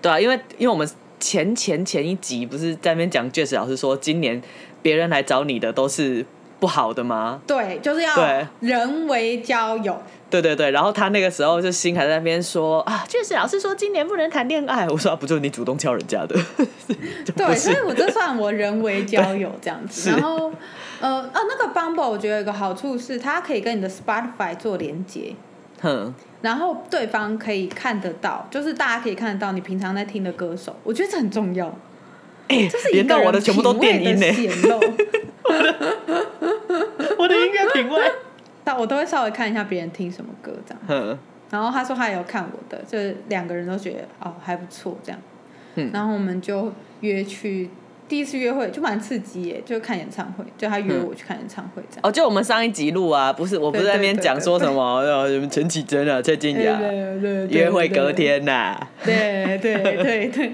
[SPEAKER 2] 对啊，因为因为我们前前前一集不是在那边讲 Jess 老师说，今年别人来找你的都是不好的吗？
[SPEAKER 3] 对，就是
[SPEAKER 2] 对
[SPEAKER 3] 要人为交友。
[SPEAKER 2] 对对对，然后他那个时候就心还在那边说啊，Jess 老师说今年不能谈恋爱，我说、啊、不就你主动敲人家的， 就不
[SPEAKER 3] 对，所
[SPEAKER 2] 是
[SPEAKER 3] 以我这算我人为交友这样 子。
[SPEAKER 2] 是
[SPEAKER 3] 然后，呃，啊，那个 Bumble 我觉得有一个好处是，它可以跟你的 Spotify 做连接，
[SPEAKER 2] 哼，
[SPEAKER 3] 然后对方可以看得到，就是大家可以看得到你平常在听的歌手，我觉得这很重要。
[SPEAKER 2] 哎、
[SPEAKER 3] 这是一
[SPEAKER 2] 连
[SPEAKER 3] 个
[SPEAKER 2] 到
[SPEAKER 3] 人
[SPEAKER 2] 我的全部都电音呢、欸
[SPEAKER 3] 品味的显露，
[SPEAKER 2] 我的音乐品味，
[SPEAKER 3] 但我都会稍微看一下别人听什么歌这样。
[SPEAKER 2] 哼，
[SPEAKER 3] 然后他说他也有看我的，这两个人都觉得哦还不错这样。
[SPEAKER 2] 嗯
[SPEAKER 3] 然后我们就约去第一次约会，就蛮刺激耶，就看演唱会，就他约
[SPEAKER 2] 嗯
[SPEAKER 3] 我去看演唱会这样。
[SPEAKER 2] 哦，就我们上一集录啊，不是我不是在那边讲说什么呃什么陈绮贞啊、蔡健雅
[SPEAKER 3] 对对对
[SPEAKER 2] 约会隔，天呐、
[SPEAKER 3] 对对对对。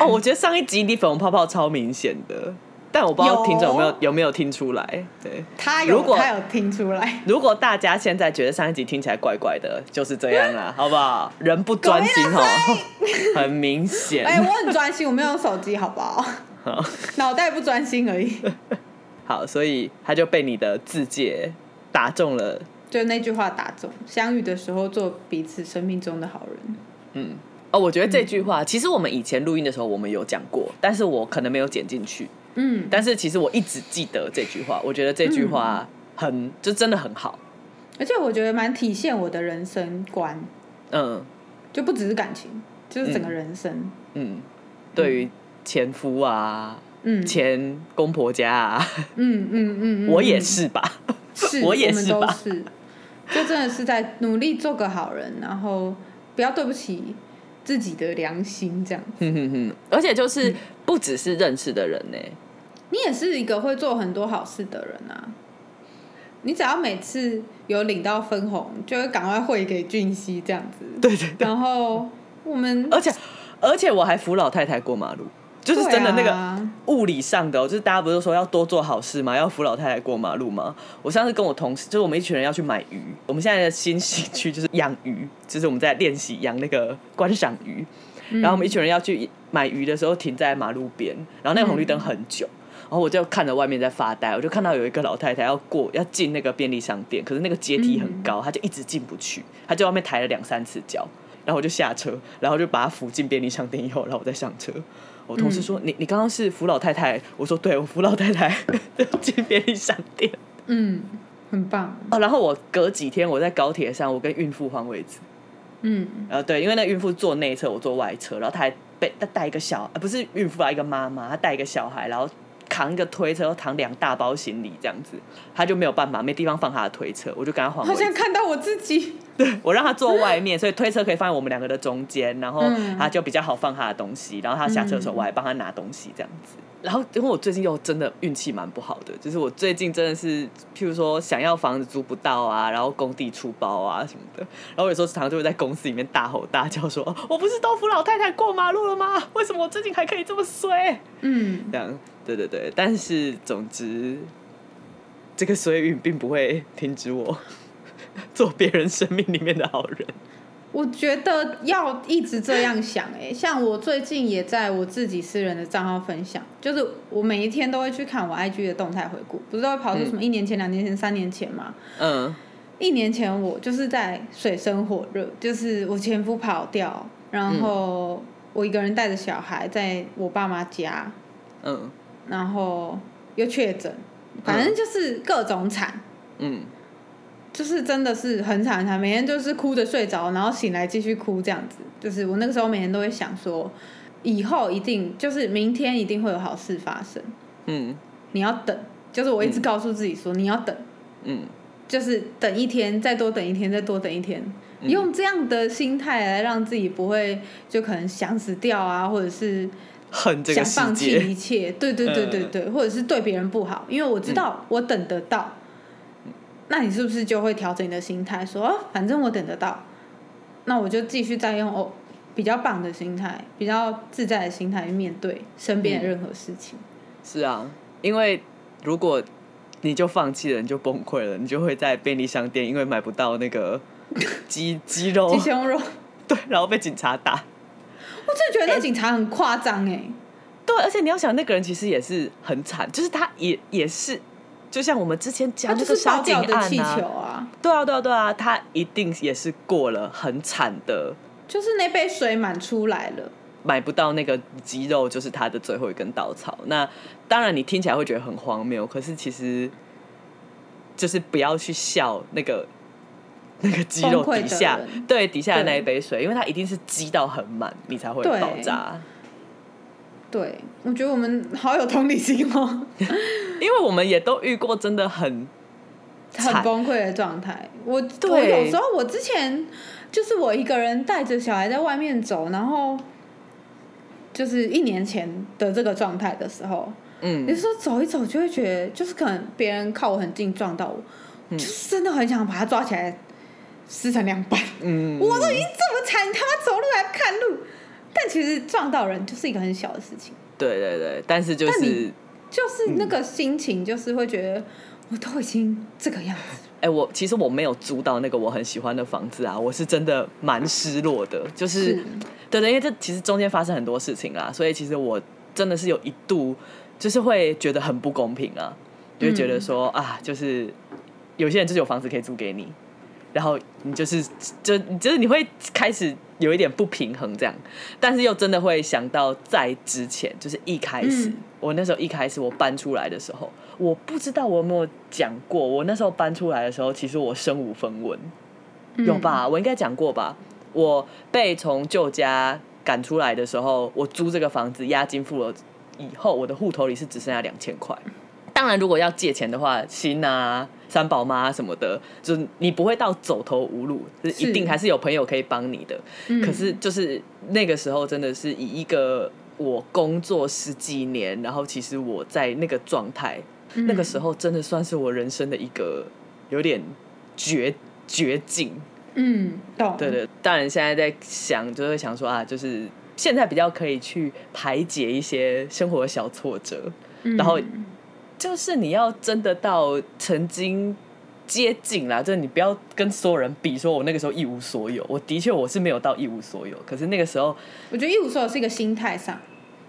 [SPEAKER 2] 哦，我觉得上一集你粉红泡泡超明显的，但我不知道
[SPEAKER 3] 有
[SPEAKER 2] 听众有没
[SPEAKER 3] 哦
[SPEAKER 2] 有有没有听出来。对，
[SPEAKER 3] 他
[SPEAKER 2] 如
[SPEAKER 3] 有
[SPEAKER 2] 果
[SPEAKER 3] 他有听 出来，
[SPEAKER 2] 如果大家现在觉得上一集听起来怪怪的，就是这样 啦，好不好？人不专心哦， 很明显。
[SPEAKER 3] 哎，我很专心，我没有用手机，好不好？
[SPEAKER 2] 好
[SPEAKER 3] 脑袋不专心而已，
[SPEAKER 2] 好，所以他就被你的字界打中了。
[SPEAKER 3] 就那句话打中。相遇的时候做彼此生命中的好人，
[SPEAKER 2] 哦，我觉得这句话、
[SPEAKER 3] 嗯
[SPEAKER 2] 其实我们以前录音的时候我们有讲过，但是我可能没有剪进去。
[SPEAKER 3] 嗯，
[SPEAKER 2] 但是其实我一直记得这句话，我觉得这句话很、就真的很好。
[SPEAKER 3] 而且我觉得蛮体现我的人生观，
[SPEAKER 2] 嗯
[SPEAKER 3] 就不只是感情，就是整个人生，
[SPEAKER 2] 嗯，对于前夫啊，
[SPEAKER 3] 嗯，
[SPEAKER 2] 前公婆家、啊，
[SPEAKER 3] 嗯嗯嗯，嗯
[SPEAKER 2] 我也
[SPEAKER 3] 嗯
[SPEAKER 2] 是吧。
[SPEAKER 3] 是，
[SPEAKER 2] 我也
[SPEAKER 3] 们
[SPEAKER 2] 是吧
[SPEAKER 3] 都是，就真的是在努力做个好人，然后不要对不起自己的良心，这样。
[SPEAKER 2] 哼哼哼，嗯而且就是不只是认识的人呢、
[SPEAKER 3] 你也是一个会做很多好事的人啊。你只要每次有领到分红，就会赶快汇给俊熙这样子。
[SPEAKER 2] 对对对，
[SPEAKER 3] 然后我们
[SPEAKER 2] 而且而且我还扶老太太过马路，就是真的那
[SPEAKER 3] 对
[SPEAKER 2] 个
[SPEAKER 3] 啊
[SPEAKER 2] 物理上的、哦，就是大家不是说要多做好事嘛，要扶老太太过马路嘛。我上次跟我同事，就是我们一群人要去买鱼，我们现在的新兴趣就是养鱼，就是我们在练习养那个观赏鱼。然后我们一群人要去买鱼的时候，停在马路边，然后那个红绿灯很久。然后我就看着外面在发呆，我就看到有一个老太太要过要进那个便利商店，可是那个阶梯很高，她就一直进不去，她就外面抬了两三次脚，然后我就下车，然后就把她扶进便利商店以后，然后我再上车。我
[SPEAKER 3] 嗯
[SPEAKER 2] 同事说：“你你刚刚是扶老太太？”我说：“对，我扶老太 太进便利商店。
[SPEAKER 3] 嗯，很棒，”
[SPEAKER 2] 哦，然后我隔几天我在高铁上，我跟孕妇换位置。
[SPEAKER 3] 嗯
[SPEAKER 2] 呃，对，因为那孕妇坐内侧，我坐外侧，然后她还被她带一个小，呃、不是孕妇啊，一个妈妈，她带一个小孩，然后扛一个推车，然后扛两大包行李这样子，她就没有办法，没地方放她的推车，我就跟她换
[SPEAKER 3] 好
[SPEAKER 2] 位置
[SPEAKER 3] 像看到我自己，
[SPEAKER 2] 我让她坐外面，所以推车可以放在我们两个的中间，然后
[SPEAKER 3] 嗯
[SPEAKER 2] 她就比较好放她的东西，然后她下车的时候我还帮她拿东西这样子。然后，因为我最近又真的运气蛮不好的，就是我最近真的是，譬如说想要房子租不到啊，然后工地出包啊什么的，然后我有时候常常就会在公司里面大吼大叫说，我不是都扶老太太过马路了吗？为什么我最近还可以这么衰？
[SPEAKER 3] 嗯，
[SPEAKER 2] 这样，对对对，但是总之，这个衰运并不会停止我 做别人生命里面的好人。
[SPEAKER 3] 我觉得要一直这样想、欸，像我最近也在我自己私人的账号分享，就是我每一天都会去看我 IG 的动态回顾，不是都会跑出什么一年前、两年前、三年前嘛？
[SPEAKER 2] 嗯
[SPEAKER 3] 一年前我就是在水深火热，就是我前夫跑掉，然后我一个人带着小孩在我爸妈家，
[SPEAKER 2] 嗯
[SPEAKER 3] 然后又确诊，反正就是各种惨。
[SPEAKER 2] 嗯，
[SPEAKER 3] 就是真的是很惨很惨，每天就是哭着睡着，然后醒来继续哭这样子。就是我那个时候每天都会想说，以后一定就是明天一定会有好事发生，
[SPEAKER 2] 嗯
[SPEAKER 3] 你要等。就是我一直告诉自己说，你要等，
[SPEAKER 2] 嗯
[SPEAKER 3] 就是等一天，再多等一天，再多等一天，
[SPEAKER 2] 嗯
[SPEAKER 3] 用这样的心态来让自己不会就可能想死掉啊，或者是
[SPEAKER 2] 恨这
[SPEAKER 3] 想
[SPEAKER 2] 个世
[SPEAKER 3] 放弃一
[SPEAKER 2] 界。
[SPEAKER 3] 嗯切，对对对对对，或者是对别人不好，因为我知道我等得到，那你是不是就会调整你的心态，说、啊、反正我等得到，那我就继续再用哦比较棒的心态、比较自在的心态去面对身边的任何事情。
[SPEAKER 2] 是啊，因为如果你就放弃了，你就崩溃了，你就会在便利商店因为买不到那 个鸡鸡肉
[SPEAKER 3] 鸡，胸 肉，我
[SPEAKER 2] 对，然后被警察打。
[SPEAKER 3] 真的觉得那警察很夸张哎，
[SPEAKER 2] 对，而且你要想，那个人其实也是很惨，就是他也也是，就像我们之前
[SPEAKER 3] 他
[SPEAKER 2] 讲
[SPEAKER 3] 就
[SPEAKER 2] 那个
[SPEAKER 3] 是
[SPEAKER 2] 沙
[SPEAKER 3] 烧
[SPEAKER 2] 井
[SPEAKER 3] 掉的
[SPEAKER 2] 案
[SPEAKER 3] 气球
[SPEAKER 2] 啊，
[SPEAKER 3] 啊，
[SPEAKER 2] 对啊，对啊，对啊，他一定也是过了很惨的，
[SPEAKER 3] 就是那杯水满出来了。
[SPEAKER 2] 买不到那个鸡肉，就是他的最后一根稻草。那当然，你听起来会觉得很荒谬，可是其实就是不要去笑那个那个鸡肉
[SPEAKER 3] 崩溃的
[SPEAKER 2] 底下
[SPEAKER 3] 人，
[SPEAKER 2] 对底下的
[SPEAKER 3] 对
[SPEAKER 2] 那一杯水，因为它一定是积到很满，你才会
[SPEAKER 3] 对
[SPEAKER 2] 爆炸。
[SPEAKER 3] 对，我觉得我们好有同理心哦，
[SPEAKER 2] 因为我们也都遇过真的很
[SPEAKER 3] 很
[SPEAKER 2] 惨，
[SPEAKER 3] 崩溃的状态。我我
[SPEAKER 2] 对
[SPEAKER 3] 有时候我之前就是我一个人带着小孩在外面走，然后就是一年前的这个状态的时候，有
[SPEAKER 2] 嗯，
[SPEAKER 3] 时候走一走就会觉得，就是可能别人靠我很近撞到我，
[SPEAKER 2] 嗯
[SPEAKER 3] 就是真的很想把他抓起来撕成两半。
[SPEAKER 2] 嗯
[SPEAKER 3] 我都已经这么惨，你他妈走路还不看路？但其实撞到人就是一个很小的事情。
[SPEAKER 2] 对对对，但是就
[SPEAKER 3] 但
[SPEAKER 2] 是
[SPEAKER 3] 你。就是
[SPEAKER 2] 嗯
[SPEAKER 3] 那个心情，就是会觉得我都已经这个样子，
[SPEAKER 2] 哎、我其实我没有租到那个我很喜欢的房子啊，我是真的蛮失落的，就是
[SPEAKER 3] 是
[SPEAKER 2] 对对，因为这其实中间发生很多事情啦，所以其实我真的是有一度就是会觉得很不公平啊，就会觉得说、啊，就是有些人就是有房子可以租给你，然后你就是就就是你会开始有一点不平衡这样，但是又真的会想到在之前，就是一开始、
[SPEAKER 3] 嗯
[SPEAKER 2] 我那时候一开始我搬出来的时候，我不知道我有没有讲过，我那时候搬出来的时候，其实我身无分文，
[SPEAKER 3] 嗯
[SPEAKER 2] 有？吧？我应该讲过吧？我被从旧家赶出来的时候，我租这个房子押金付了以后，我的户头里是只剩下两千块。当然，如果要借钱的话，新啊、三宝妈啊什么的，就是你不会到走投无路，就是一
[SPEAKER 3] 是
[SPEAKER 2] 定还是有朋友可以帮你的。
[SPEAKER 3] 嗯
[SPEAKER 2] 可是就是那个时候，真的是以一个我工作十几年，然后其实我在那个状态，
[SPEAKER 3] 嗯
[SPEAKER 2] 那个时候真的算是我人生的一个有点绝绝境。
[SPEAKER 3] 嗯，懂，
[SPEAKER 2] 对，对，当然现在在想，就会想说啊，就是现在比较可以去排解一些生活的小挫折，
[SPEAKER 3] 嗯、
[SPEAKER 2] 然后就是你要真的到曾经接近啦，就是你不要跟所有人比，说我那个时候一无所有，我的确我是没有到一无所有，可是那个时候，
[SPEAKER 3] 我觉得一无所有是一个心态上，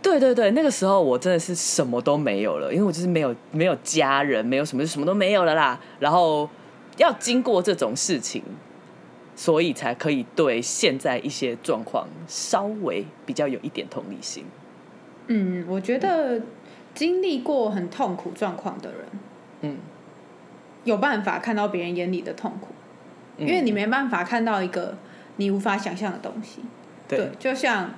[SPEAKER 2] 对对对，那个时候我真的是什么都没有了，因为我就是没有没有家人，没有什么，就什么都没有了啦。然后要经过这种事情，所以才可以对现在一些状况稍微比较有一点同理心。
[SPEAKER 3] 嗯，我觉得经历过很痛苦状况的人，
[SPEAKER 2] 嗯，
[SPEAKER 3] 有办法看到别人眼里的痛苦，
[SPEAKER 2] 嗯
[SPEAKER 3] 因为你没办法看到一个你无法想象的东西，
[SPEAKER 2] 对，
[SPEAKER 3] 就像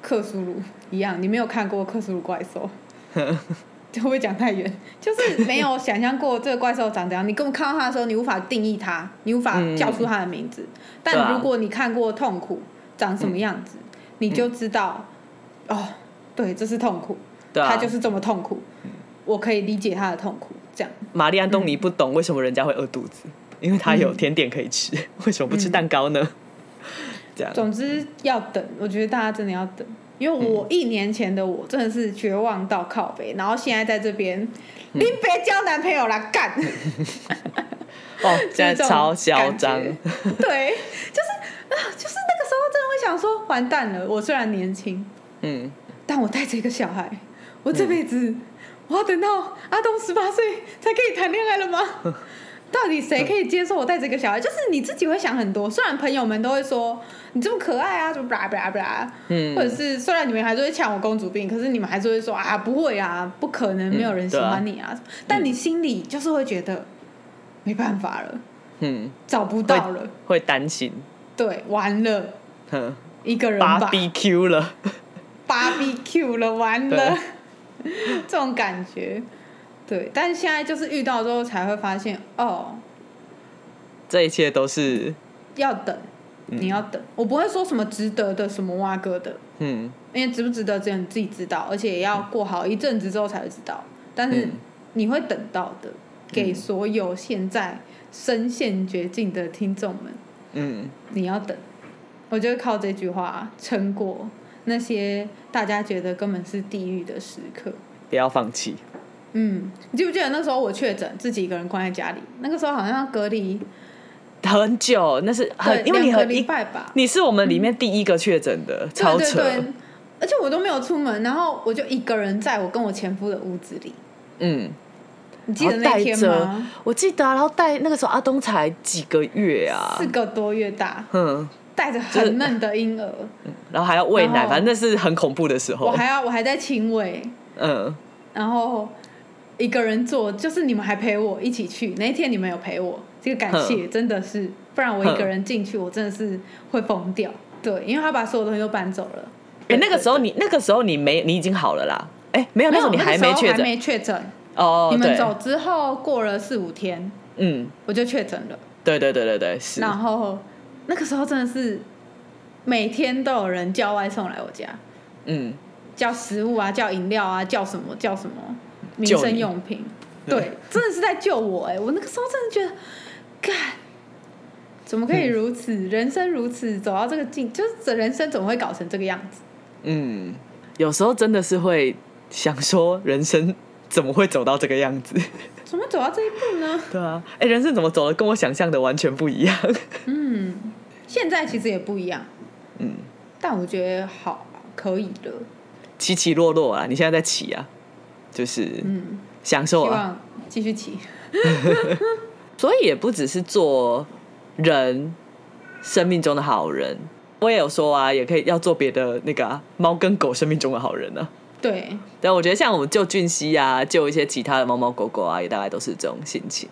[SPEAKER 3] 克苏鲁一样，你没有看过克苏鲁怪 兽，会不会讲太远？就是没有想象过这个怪兽长怎样，你根本看到它的时候，你无法定义它，你无法
[SPEAKER 2] 嗯
[SPEAKER 3] 叫出它的名字。
[SPEAKER 2] 对啊嗯
[SPEAKER 3] 但如果你看过痛苦长什么样子，你就知道，哦，对，这是痛苦，
[SPEAKER 2] 对啊嗯
[SPEAKER 3] 它就是这么痛苦，我可以理解它的痛苦，这样。
[SPEAKER 2] 玛丽安东尼不懂为什么人家会饿肚子，因为他有甜点可以吃，
[SPEAKER 3] 嗯
[SPEAKER 2] 为什么不吃蛋糕呢？这样，
[SPEAKER 3] 总之要等，我觉得大家真的要等，因为我一年前的我真的是绝望到靠北，然后现在在这边，
[SPEAKER 2] 嗯
[SPEAKER 3] 你别交男朋友啦，干！
[SPEAKER 2] 哦， 现在
[SPEAKER 3] 就是这种
[SPEAKER 2] 超嚣张，
[SPEAKER 3] 感觉对，就是啊，就是那个时候真的会想说，完蛋了，我虽然年轻，
[SPEAKER 2] 嗯，
[SPEAKER 3] 但我带着一个小孩，我这辈子、我要等到阿东十八岁才可以谈恋爱 了吗？到底谁可以接受我带着一个小孩？就是你自己会想很多，虽然朋友们都会说你这么可爱啊，什么 blah blah blah，
[SPEAKER 2] 嗯
[SPEAKER 3] 或者是虽然你们还是会抢我公主病，可是你们还是会说啊不会啊，不可能没有
[SPEAKER 2] 嗯
[SPEAKER 3] 人喜欢你啊，但你心里就是会觉得没办法了，
[SPEAKER 2] 嗯，
[SPEAKER 3] 找不到了，
[SPEAKER 2] 会担心，
[SPEAKER 3] 对，完了，
[SPEAKER 2] 哼，
[SPEAKER 3] 一个人
[SPEAKER 2] 芭
[SPEAKER 3] 吧。
[SPEAKER 2] 比 Q 了。
[SPEAKER 3] barbecue 了，完了， 这种感觉。对，但是现在就是遇到之后才会发现，哦，
[SPEAKER 2] 这一切都是，
[SPEAKER 3] 要等，你要等。我不会说什么值得的，什么挖哥的，
[SPEAKER 2] 嗯，
[SPEAKER 3] 因为值不值得只有你自己知道，而且也要过好一阵子之后才会知道。但是
[SPEAKER 2] 嗯
[SPEAKER 3] 你会等到的，给所有现在身陷绝境的听众们，
[SPEAKER 2] 嗯，
[SPEAKER 3] 你要等。我就靠这句话撑过那些大家觉得根本是地狱的时刻。
[SPEAKER 2] 不要放弃。
[SPEAKER 3] 嗯，你记不记得那时候我确诊，自己一个人关在家里，那个时候好像要隔离，
[SPEAKER 2] 很久，那是
[SPEAKER 3] 对，
[SPEAKER 2] 很，啊因为你
[SPEAKER 3] 两个
[SPEAKER 2] 很
[SPEAKER 3] 礼
[SPEAKER 2] 一，
[SPEAKER 3] 拜吧，
[SPEAKER 2] 你是我们里面第一个确诊的，超扯。
[SPEAKER 3] 对对对，而且我都没有出门，然后我就一个人在我跟我前夫的屋子里。
[SPEAKER 2] 嗯，
[SPEAKER 3] 你记
[SPEAKER 2] 然后
[SPEAKER 3] 得那
[SPEAKER 2] 带
[SPEAKER 3] 天
[SPEAKER 2] 着
[SPEAKER 3] 吗？，
[SPEAKER 2] 我记得啊、然后带那个时候阿东才几个月啊
[SPEAKER 3] 四，个多月大，
[SPEAKER 2] 嗯，
[SPEAKER 3] 带着很嫩的婴儿，
[SPEAKER 2] 然后还要喂
[SPEAKER 3] 然
[SPEAKER 2] 奶，
[SPEAKER 3] 后
[SPEAKER 2] 反正那是很恐怖的时
[SPEAKER 3] 我
[SPEAKER 2] 候。
[SPEAKER 3] 还要我还在亲喂，
[SPEAKER 2] 嗯，
[SPEAKER 3] 然后一个人做，就是你们还陪我一起去。那一天你们有陪我，这个感谢真的是，不然我一个人进去，我真的是会疯掉。对，因为他把所有东西都搬走了。
[SPEAKER 2] 哎、那个时候你那个时候你没你已经好了啦，哎、没有，
[SPEAKER 3] 没
[SPEAKER 2] 那时
[SPEAKER 3] 有，
[SPEAKER 2] 候你
[SPEAKER 3] 那个
[SPEAKER 2] 还
[SPEAKER 3] 时
[SPEAKER 2] 没
[SPEAKER 3] 候
[SPEAKER 2] 确
[SPEAKER 3] 还
[SPEAKER 2] 诊
[SPEAKER 3] 没确诊。
[SPEAKER 2] 哦，
[SPEAKER 3] 你们
[SPEAKER 2] 对，
[SPEAKER 3] 走之后过了四五天，
[SPEAKER 2] 嗯，
[SPEAKER 3] 我就确诊了。
[SPEAKER 2] 对对对对对，是，
[SPEAKER 3] 然后那个时候真的是每天都有人叫外送来我家，
[SPEAKER 2] 嗯，
[SPEAKER 3] 叫食物啊，叫饮料啊，叫什么叫什么民
[SPEAKER 2] 救你
[SPEAKER 3] 生用品，
[SPEAKER 2] 对
[SPEAKER 3] 对，真的是在救我哎、我那个时候真的觉得，干，怎么可以如此，人生如此走到这个境，就是这人生怎么会搞成这个样子？
[SPEAKER 2] 嗯，有时候真的是会想说，人生怎么会走到这个样 子？
[SPEAKER 3] 怎么走到这一步呢？
[SPEAKER 2] 对啊， 哎、人生怎么走的跟我想象的完全不一 样。
[SPEAKER 3] 嗯，现在其实也不一样，
[SPEAKER 2] 嗯，
[SPEAKER 3] 但我觉得好可以了，
[SPEAKER 2] 起起落落啊，你现在在起啊，就是
[SPEAKER 3] 嗯，
[SPEAKER 2] 享
[SPEAKER 3] 希
[SPEAKER 2] 受啊。
[SPEAKER 3] 望继续骑。
[SPEAKER 2] 所以也不只是做人生命中的好人，我也有说啊，也可以要做别的那个啊猫、跟狗生命中的好人啊。
[SPEAKER 3] 对，
[SPEAKER 2] 但我觉得像我们救俊熙啊，救一些其他的猫猫狗狗啊，也大概都是这种心情。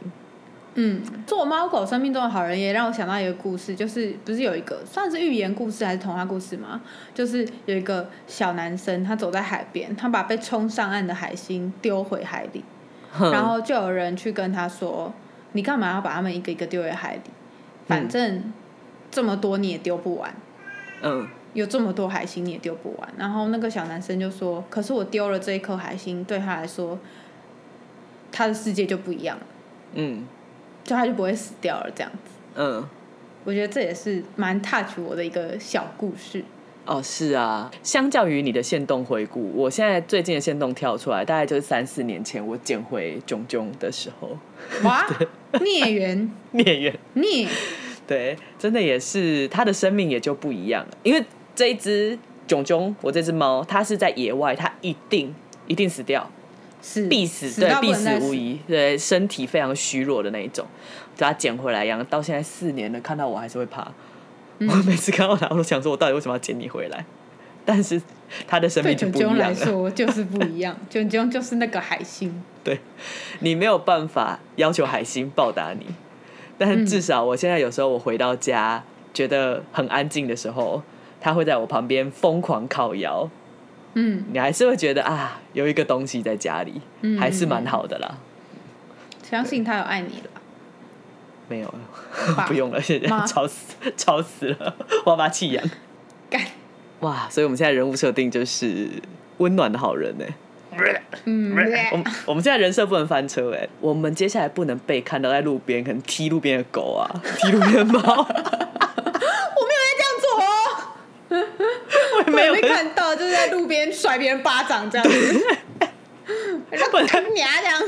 [SPEAKER 3] 嗯，做猫狗生命中的好人也让我想到一个故事，就是不是有一个算是寓言故事还是童话故事吗？就是有一个小男生，他走在海边，他把被冲上岸的海星丢回海里，
[SPEAKER 2] 哼
[SPEAKER 3] 然后就有人去跟他说：“你干嘛要把他们一个一个丢回海里？反正这么多你也丢不完，
[SPEAKER 2] 嗯
[SPEAKER 3] 有这么多海星你也丢不完。”然后那个小男生就说：“可是我丢了这一颗海星，对他来说，他的世界就不一样了，
[SPEAKER 2] 嗯
[SPEAKER 3] 就他就不会死掉了。”这样子。
[SPEAKER 2] 嗯，
[SPEAKER 3] 我觉得这也是蛮 touch 我的一个小故 事。
[SPEAKER 2] 哦是啊。相较于你的线动回顾，我现在最近的线动跳出来，大概就是三四年前我捡回炯炯的时候，
[SPEAKER 3] 哇，孽缘，
[SPEAKER 2] 孽缘。
[SPEAKER 3] 孽，
[SPEAKER 2] 对，真的也是，它的生命也就不一样了。因为这一只囧囧，我这只猫，它是在野外，它一定一定死掉，
[SPEAKER 3] 是
[SPEAKER 2] 必死，
[SPEAKER 3] 到
[SPEAKER 2] 对，
[SPEAKER 3] 不
[SPEAKER 2] 必
[SPEAKER 3] 能再
[SPEAKER 2] 死
[SPEAKER 3] 嗯死
[SPEAKER 2] 无。疑，对，身体非常虚弱的那一种，把它捡回来养，到现在四年了，看到我还是会怕。
[SPEAKER 3] 嗯
[SPEAKER 2] 我每次看到它，我都想说，我到底为什么要捡你回来？ 但是它的生
[SPEAKER 3] 对
[SPEAKER 2] 命就
[SPEAKER 3] 炯
[SPEAKER 2] 不一
[SPEAKER 3] 炯
[SPEAKER 2] 样
[SPEAKER 3] 来
[SPEAKER 2] 了，
[SPEAKER 3] 说就是不一样， 炯炯就是那个海星，
[SPEAKER 2] 对你没有办法要求海星报答你，但至少我现在有时候我回到家觉得很安静的时候，它会在我旁边疯狂靠摇，
[SPEAKER 3] 嗯，
[SPEAKER 2] 你还是会觉得啊，有一个东西在家里，
[SPEAKER 3] 嗯
[SPEAKER 2] 还是蛮好的啦。
[SPEAKER 3] 相信他有爱你了，
[SPEAKER 2] 没有，
[SPEAKER 3] 吧
[SPEAKER 2] 不用了，谢谢
[SPEAKER 3] 妈，
[SPEAKER 2] 吵死，吵死了，我要把它气养。
[SPEAKER 3] 干，
[SPEAKER 2] 哇，所以我们现在人物设定就是温暖的好人呢、欸
[SPEAKER 3] 嗯，
[SPEAKER 2] 我们我们现在人设不能翻车哎、我们接下来不能被看到在路边，可能踢路边的狗啊， 踢路边的 猫，
[SPEAKER 3] 我没有在这样做哦，
[SPEAKER 2] 我没有
[SPEAKER 3] 被看到就是在路边甩别人巴掌这样子， 然后
[SPEAKER 2] 本来
[SPEAKER 3] 干牙 这样，
[SPEAKER 2] 哦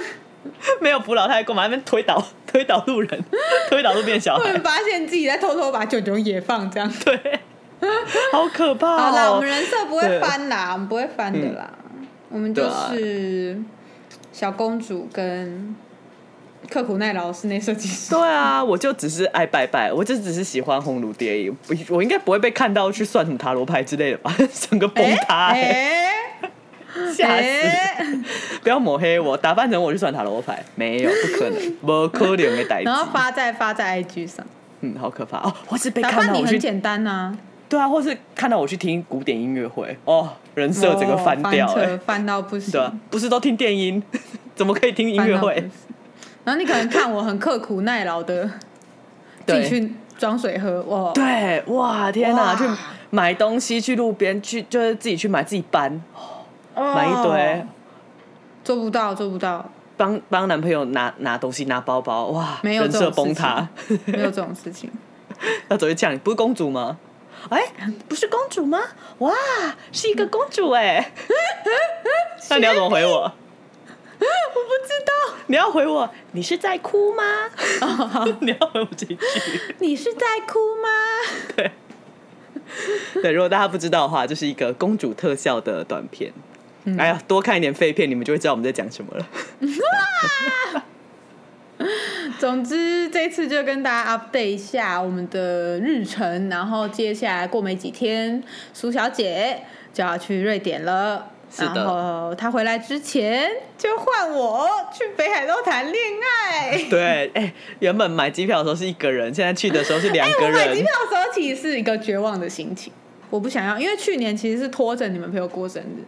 [SPEAKER 2] 没有扶老太过马那边推倒推倒路人，推倒路边小
[SPEAKER 3] 突然
[SPEAKER 2] 孩，
[SPEAKER 3] 发现自己在偷偷把炯炯也放这样。
[SPEAKER 2] 对，好可怕、哦。嗯
[SPEAKER 3] 好啦，我们人设不会翻啦，我们不会翻的啦，我们
[SPEAKER 2] 啊
[SPEAKER 3] 就是小公主跟刻苦耐劳室内设 计师。
[SPEAKER 2] 对啊，我就只是爱拜拜，我就只是喜欢红炉蝶而已，我我应该不会被看到去算什么塔罗牌之类的吧？ 整个崩塌、欸，
[SPEAKER 3] 哎
[SPEAKER 2] 吓、死！
[SPEAKER 3] 哎
[SPEAKER 2] 不要抹黑我，打扮成我去算塔罗牌，没有，不可能，不可能的代志
[SPEAKER 3] 然。后发在发在 IG 上，
[SPEAKER 2] 嗯，好可怕哦！或是被
[SPEAKER 3] 打
[SPEAKER 2] 看
[SPEAKER 3] 扮
[SPEAKER 2] 到
[SPEAKER 3] 你
[SPEAKER 2] 我
[SPEAKER 3] 很
[SPEAKER 2] 去，
[SPEAKER 3] 简单呐、
[SPEAKER 2] 对啊，或是看到我去听古典音乐会，哦，人设整个
[SPEAKER 3] 哦
[SPEAKER 2] 翻掉、
[SPEAKER 3] 翻
[SPEAKER 2] 欸，
[SPEAKER 3] 车翻到不行，
[SPEAKER 2] 对啊，不是都听电音， 怎么可以听音
[SPEAKER 3] 翻
[SPEAKER 2] 乐
[SPEAKER 3] 到不
[SPEAKER 2] 会
[SPEAKER 3] 行？。然后你可能看我很刻苦耐劳的自
[SPEAKER 2] 对
[SPEAKER 3] 己去装水喝，哇，
[SPEAKER 2] 对，哇，天哪、
[SPEAKER 3] 哇
[SPEAKER 2] 去买东西，去路边，去就是自己去买，自己搬，
[SPEAKER 3] 哦
[SPEAKER 2] 买一堆。
[SPEAKER 3] 做不到，做不到，
[SPEAKER 2] 帮帮男朋友拿拿东西、拿包包，哇，
[SPEAKER 3] 没有
[SPEAKER 2] 人
[SPEAKER 3] 这
[SPEAKER 2] 设
[SPEAKER 3] 种
[SPEAKER 2] 崩
[SPEAKER 3] 事情
[SPEAKER 2] 塌，
[SPEAKER 3] 没有这种事情。
[SPEAKER 2] 他怎么会这样？你不是公主吗？哎、不是公主吗？哇，是一个公主哎、 那你要怎么回我？我不 知道。你要回我，你是在哭吗？ 你要回我这一句。
[SPEAKER 3] 你是在哭吗？
[SPEAKER 2] 对，如果大家不知道的话，就是一个公主特效的短片。
[SPEAKER 3] 嗯
[SPEAKER 2] 哎呀，多看一点废片，你们就会知道我们在讲什 么了。
[SPEAKER 3] 总之，这次就跟大家 update 一下我们的日程，然后接下来过没几天，苏小姐就要去瑞典了。
[SPEAKER 2] 是的
[SPEAKER 3] 然后她回来之前，就换我去北海道谈恋爱。
[SPEAKER 2] 对，哎、原本买机票的时候是一个人，现在去的时候是两
[SPEAKER 3] 哎，
[SPEAKER 2] 个
[SPEAKER 3] 我买
[SPEAKER 2] 人
[SPEAKER 3] 机。票的时候其实是一个绝望的心情，我不想要，因为去年其实是拖着你们陪我过生日，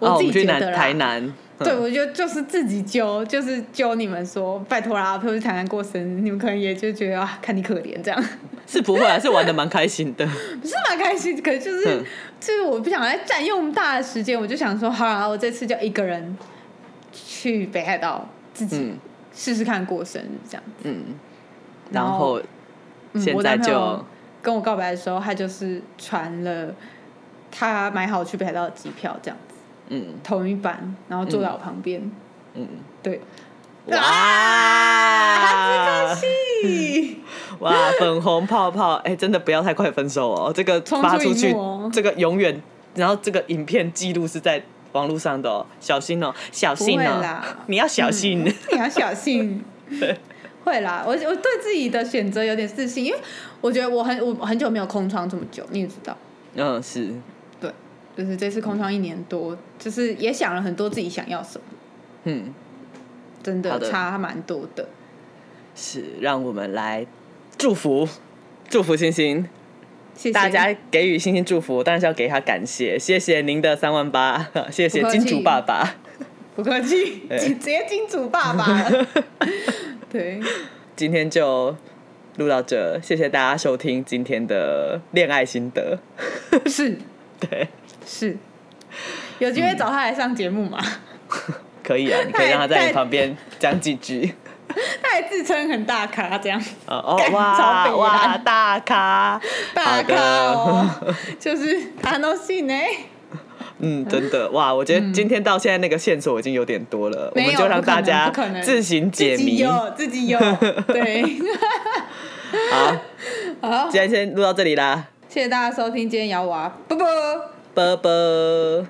[SPEAKER 2] 哦，我
[SPEAKER 3] 自
[SPEAKER 2] 们
[SPEAKER 3] 己
[SPEAKER 2] 去
[SPEAKER 3] 觉
[SPEAKER 2] 南
[SPEAKER 3] 得啦。
[SPEAKER 2] 台南。
[SPEAKER 3] 对，
[SPEAKER 2] 嗯
[SPEAKER 3] 我就就是自己揪，就是揪你们说，拜托啦，陪我去台南过生日。你们可能也就觉得啊，看你可怜这样，
[SPEAKER 2] 是不会啊，是玩的蛮开心 的。
[SPEAKER 3] 不是蛮开心。可是就是、
[SPEAKER 2] 嗯
[SPEAKER 3] 就是我不想再占用大家的时间，我就想说，好啦，我这次就一个人去北海道自己
[SPEAKER 2] 嗯
[SPEAKER 3] 试试看过生日这样。
[SPEAKER 2] 嗯，然
[SPEAKER 3] 然后
[SPEAKER 2] 后现
[SPEAKER 3] 我
[SPEAKER 2] 在
[SPEAKER 3] 男朋
[SPEAKER 2] 就
[SPEAKER 3] 友跟我告白的时候，他就是传了他买好去北海道的机票，这样子
[SPEAKER 2] 嗯
[SPEAKER 3] 同一班，然后坐在我旁边。
[SPEAKER 2] 嗯，
[SPEAKER 3] 对，
[SPEAKER 2] 哇
[SPEAKER 3] 啊，气
[SPEAKER 2] 哇，粉红泡泡，哎，真的不要太快分手哦，这个
[SPEAKER 3] 冲
[SPEAKER 2] 发
[SPEAKER 3] 出
[SPEAKER 2] 出
[SPEAKER 3] 荧
[SPEAKER 2] 去
[SPEAKER 3] 幕哦，
[SPEAKER 2] 这个永远，然后这个影片记录是在网络上的哦，小心哦，小心
[SPEAKER 3] 不会
[SPEAKER 2] 哦
[SPEAKER 3] 啦，嗯
[SPEAKER 2] 你要小心。
[SPEAKER 3] 你要小心。会啦，我我对自己的选择有点自信，因为我觉得我很我很久没有空窗这么久，你也知道，
[SPEAKER 2] 嗯，是，
[SPEAKER 3] 对，就是这次空窗一年多，就是也想了很多自己想要什么，
[SPEAKER 2] 嗯，
[SPEAKER 3] 真
[SPEAKER 2] 好
[SPEAKER 3] 的
[SPEAKER 2] 的
[SPEAKER 3] 差蛮多的。
[SPEAKER 2] 是，让我们来祝福，祝福星星。
[SPEAKER 3] 谢谢
[SPEAKER 2] 大家给予星星祝福，当然是要给他感谢，谢谢您的三万八， 谢谢
[SPEAKER 3] 不客气
[SPEAKER 2] 金主爸爸。
[SPEAKER 3] 不客气，
[SPEAKER 2] 对
[SPEAKER 3] 直直接金主爸爸 了。对，
[SPEAKER 2] 今天就录到这，谢谢大家收听今天的恋爱心得。
[SPEAKER 3] 是
[SPEAKER 2] 对，
[SPEAKER 3] 是，有机
[SPEAKER 2] 嗯
[SPEAKER 3] 会找他来上节目嘛？
[SPEAKER 2] 可以 啊，你可以让他在你旁边讲几句。
[SPEAKER 3] 他还自称很大咖，这样
[SPEAKER 2] 哦哦
[SPEAKER 3] 干超
[SPEAKER 2] 哇
[SPEAKER 3] 北蓝
[SPEAKER 2] 哇大咖
[SPEAKER 3] 大
[SPEAKER 2] 好
[SPEAKER 3] 咖
[SPEAKER 2] 的
[SPEAKER 3] 哦，就是他都信呢。
[SPEAKER 2] 嗯，真的哇！我觉得今天到现在那个线索已经有点多了，我
[SPEAKER 3] 嗯没有
[SPEAKER 2] 们就让大家
[SPEAKER 3] 不可能不可能
[SPEAKER 2] 自行解
[SPEAKER 3] 自己
[SPEAKER 2] 谜。
[SPEAKER 3] 有，自己有，对，
[SPEAKER 2] 好，
[SPEAKER 3] 好，
[SPEAKER 2] 今天先录到这里啦，
[SPEAKER 3] 谢谢大家收听今天摇娃，啵啵。
[SPEAKER 2] 啵啵。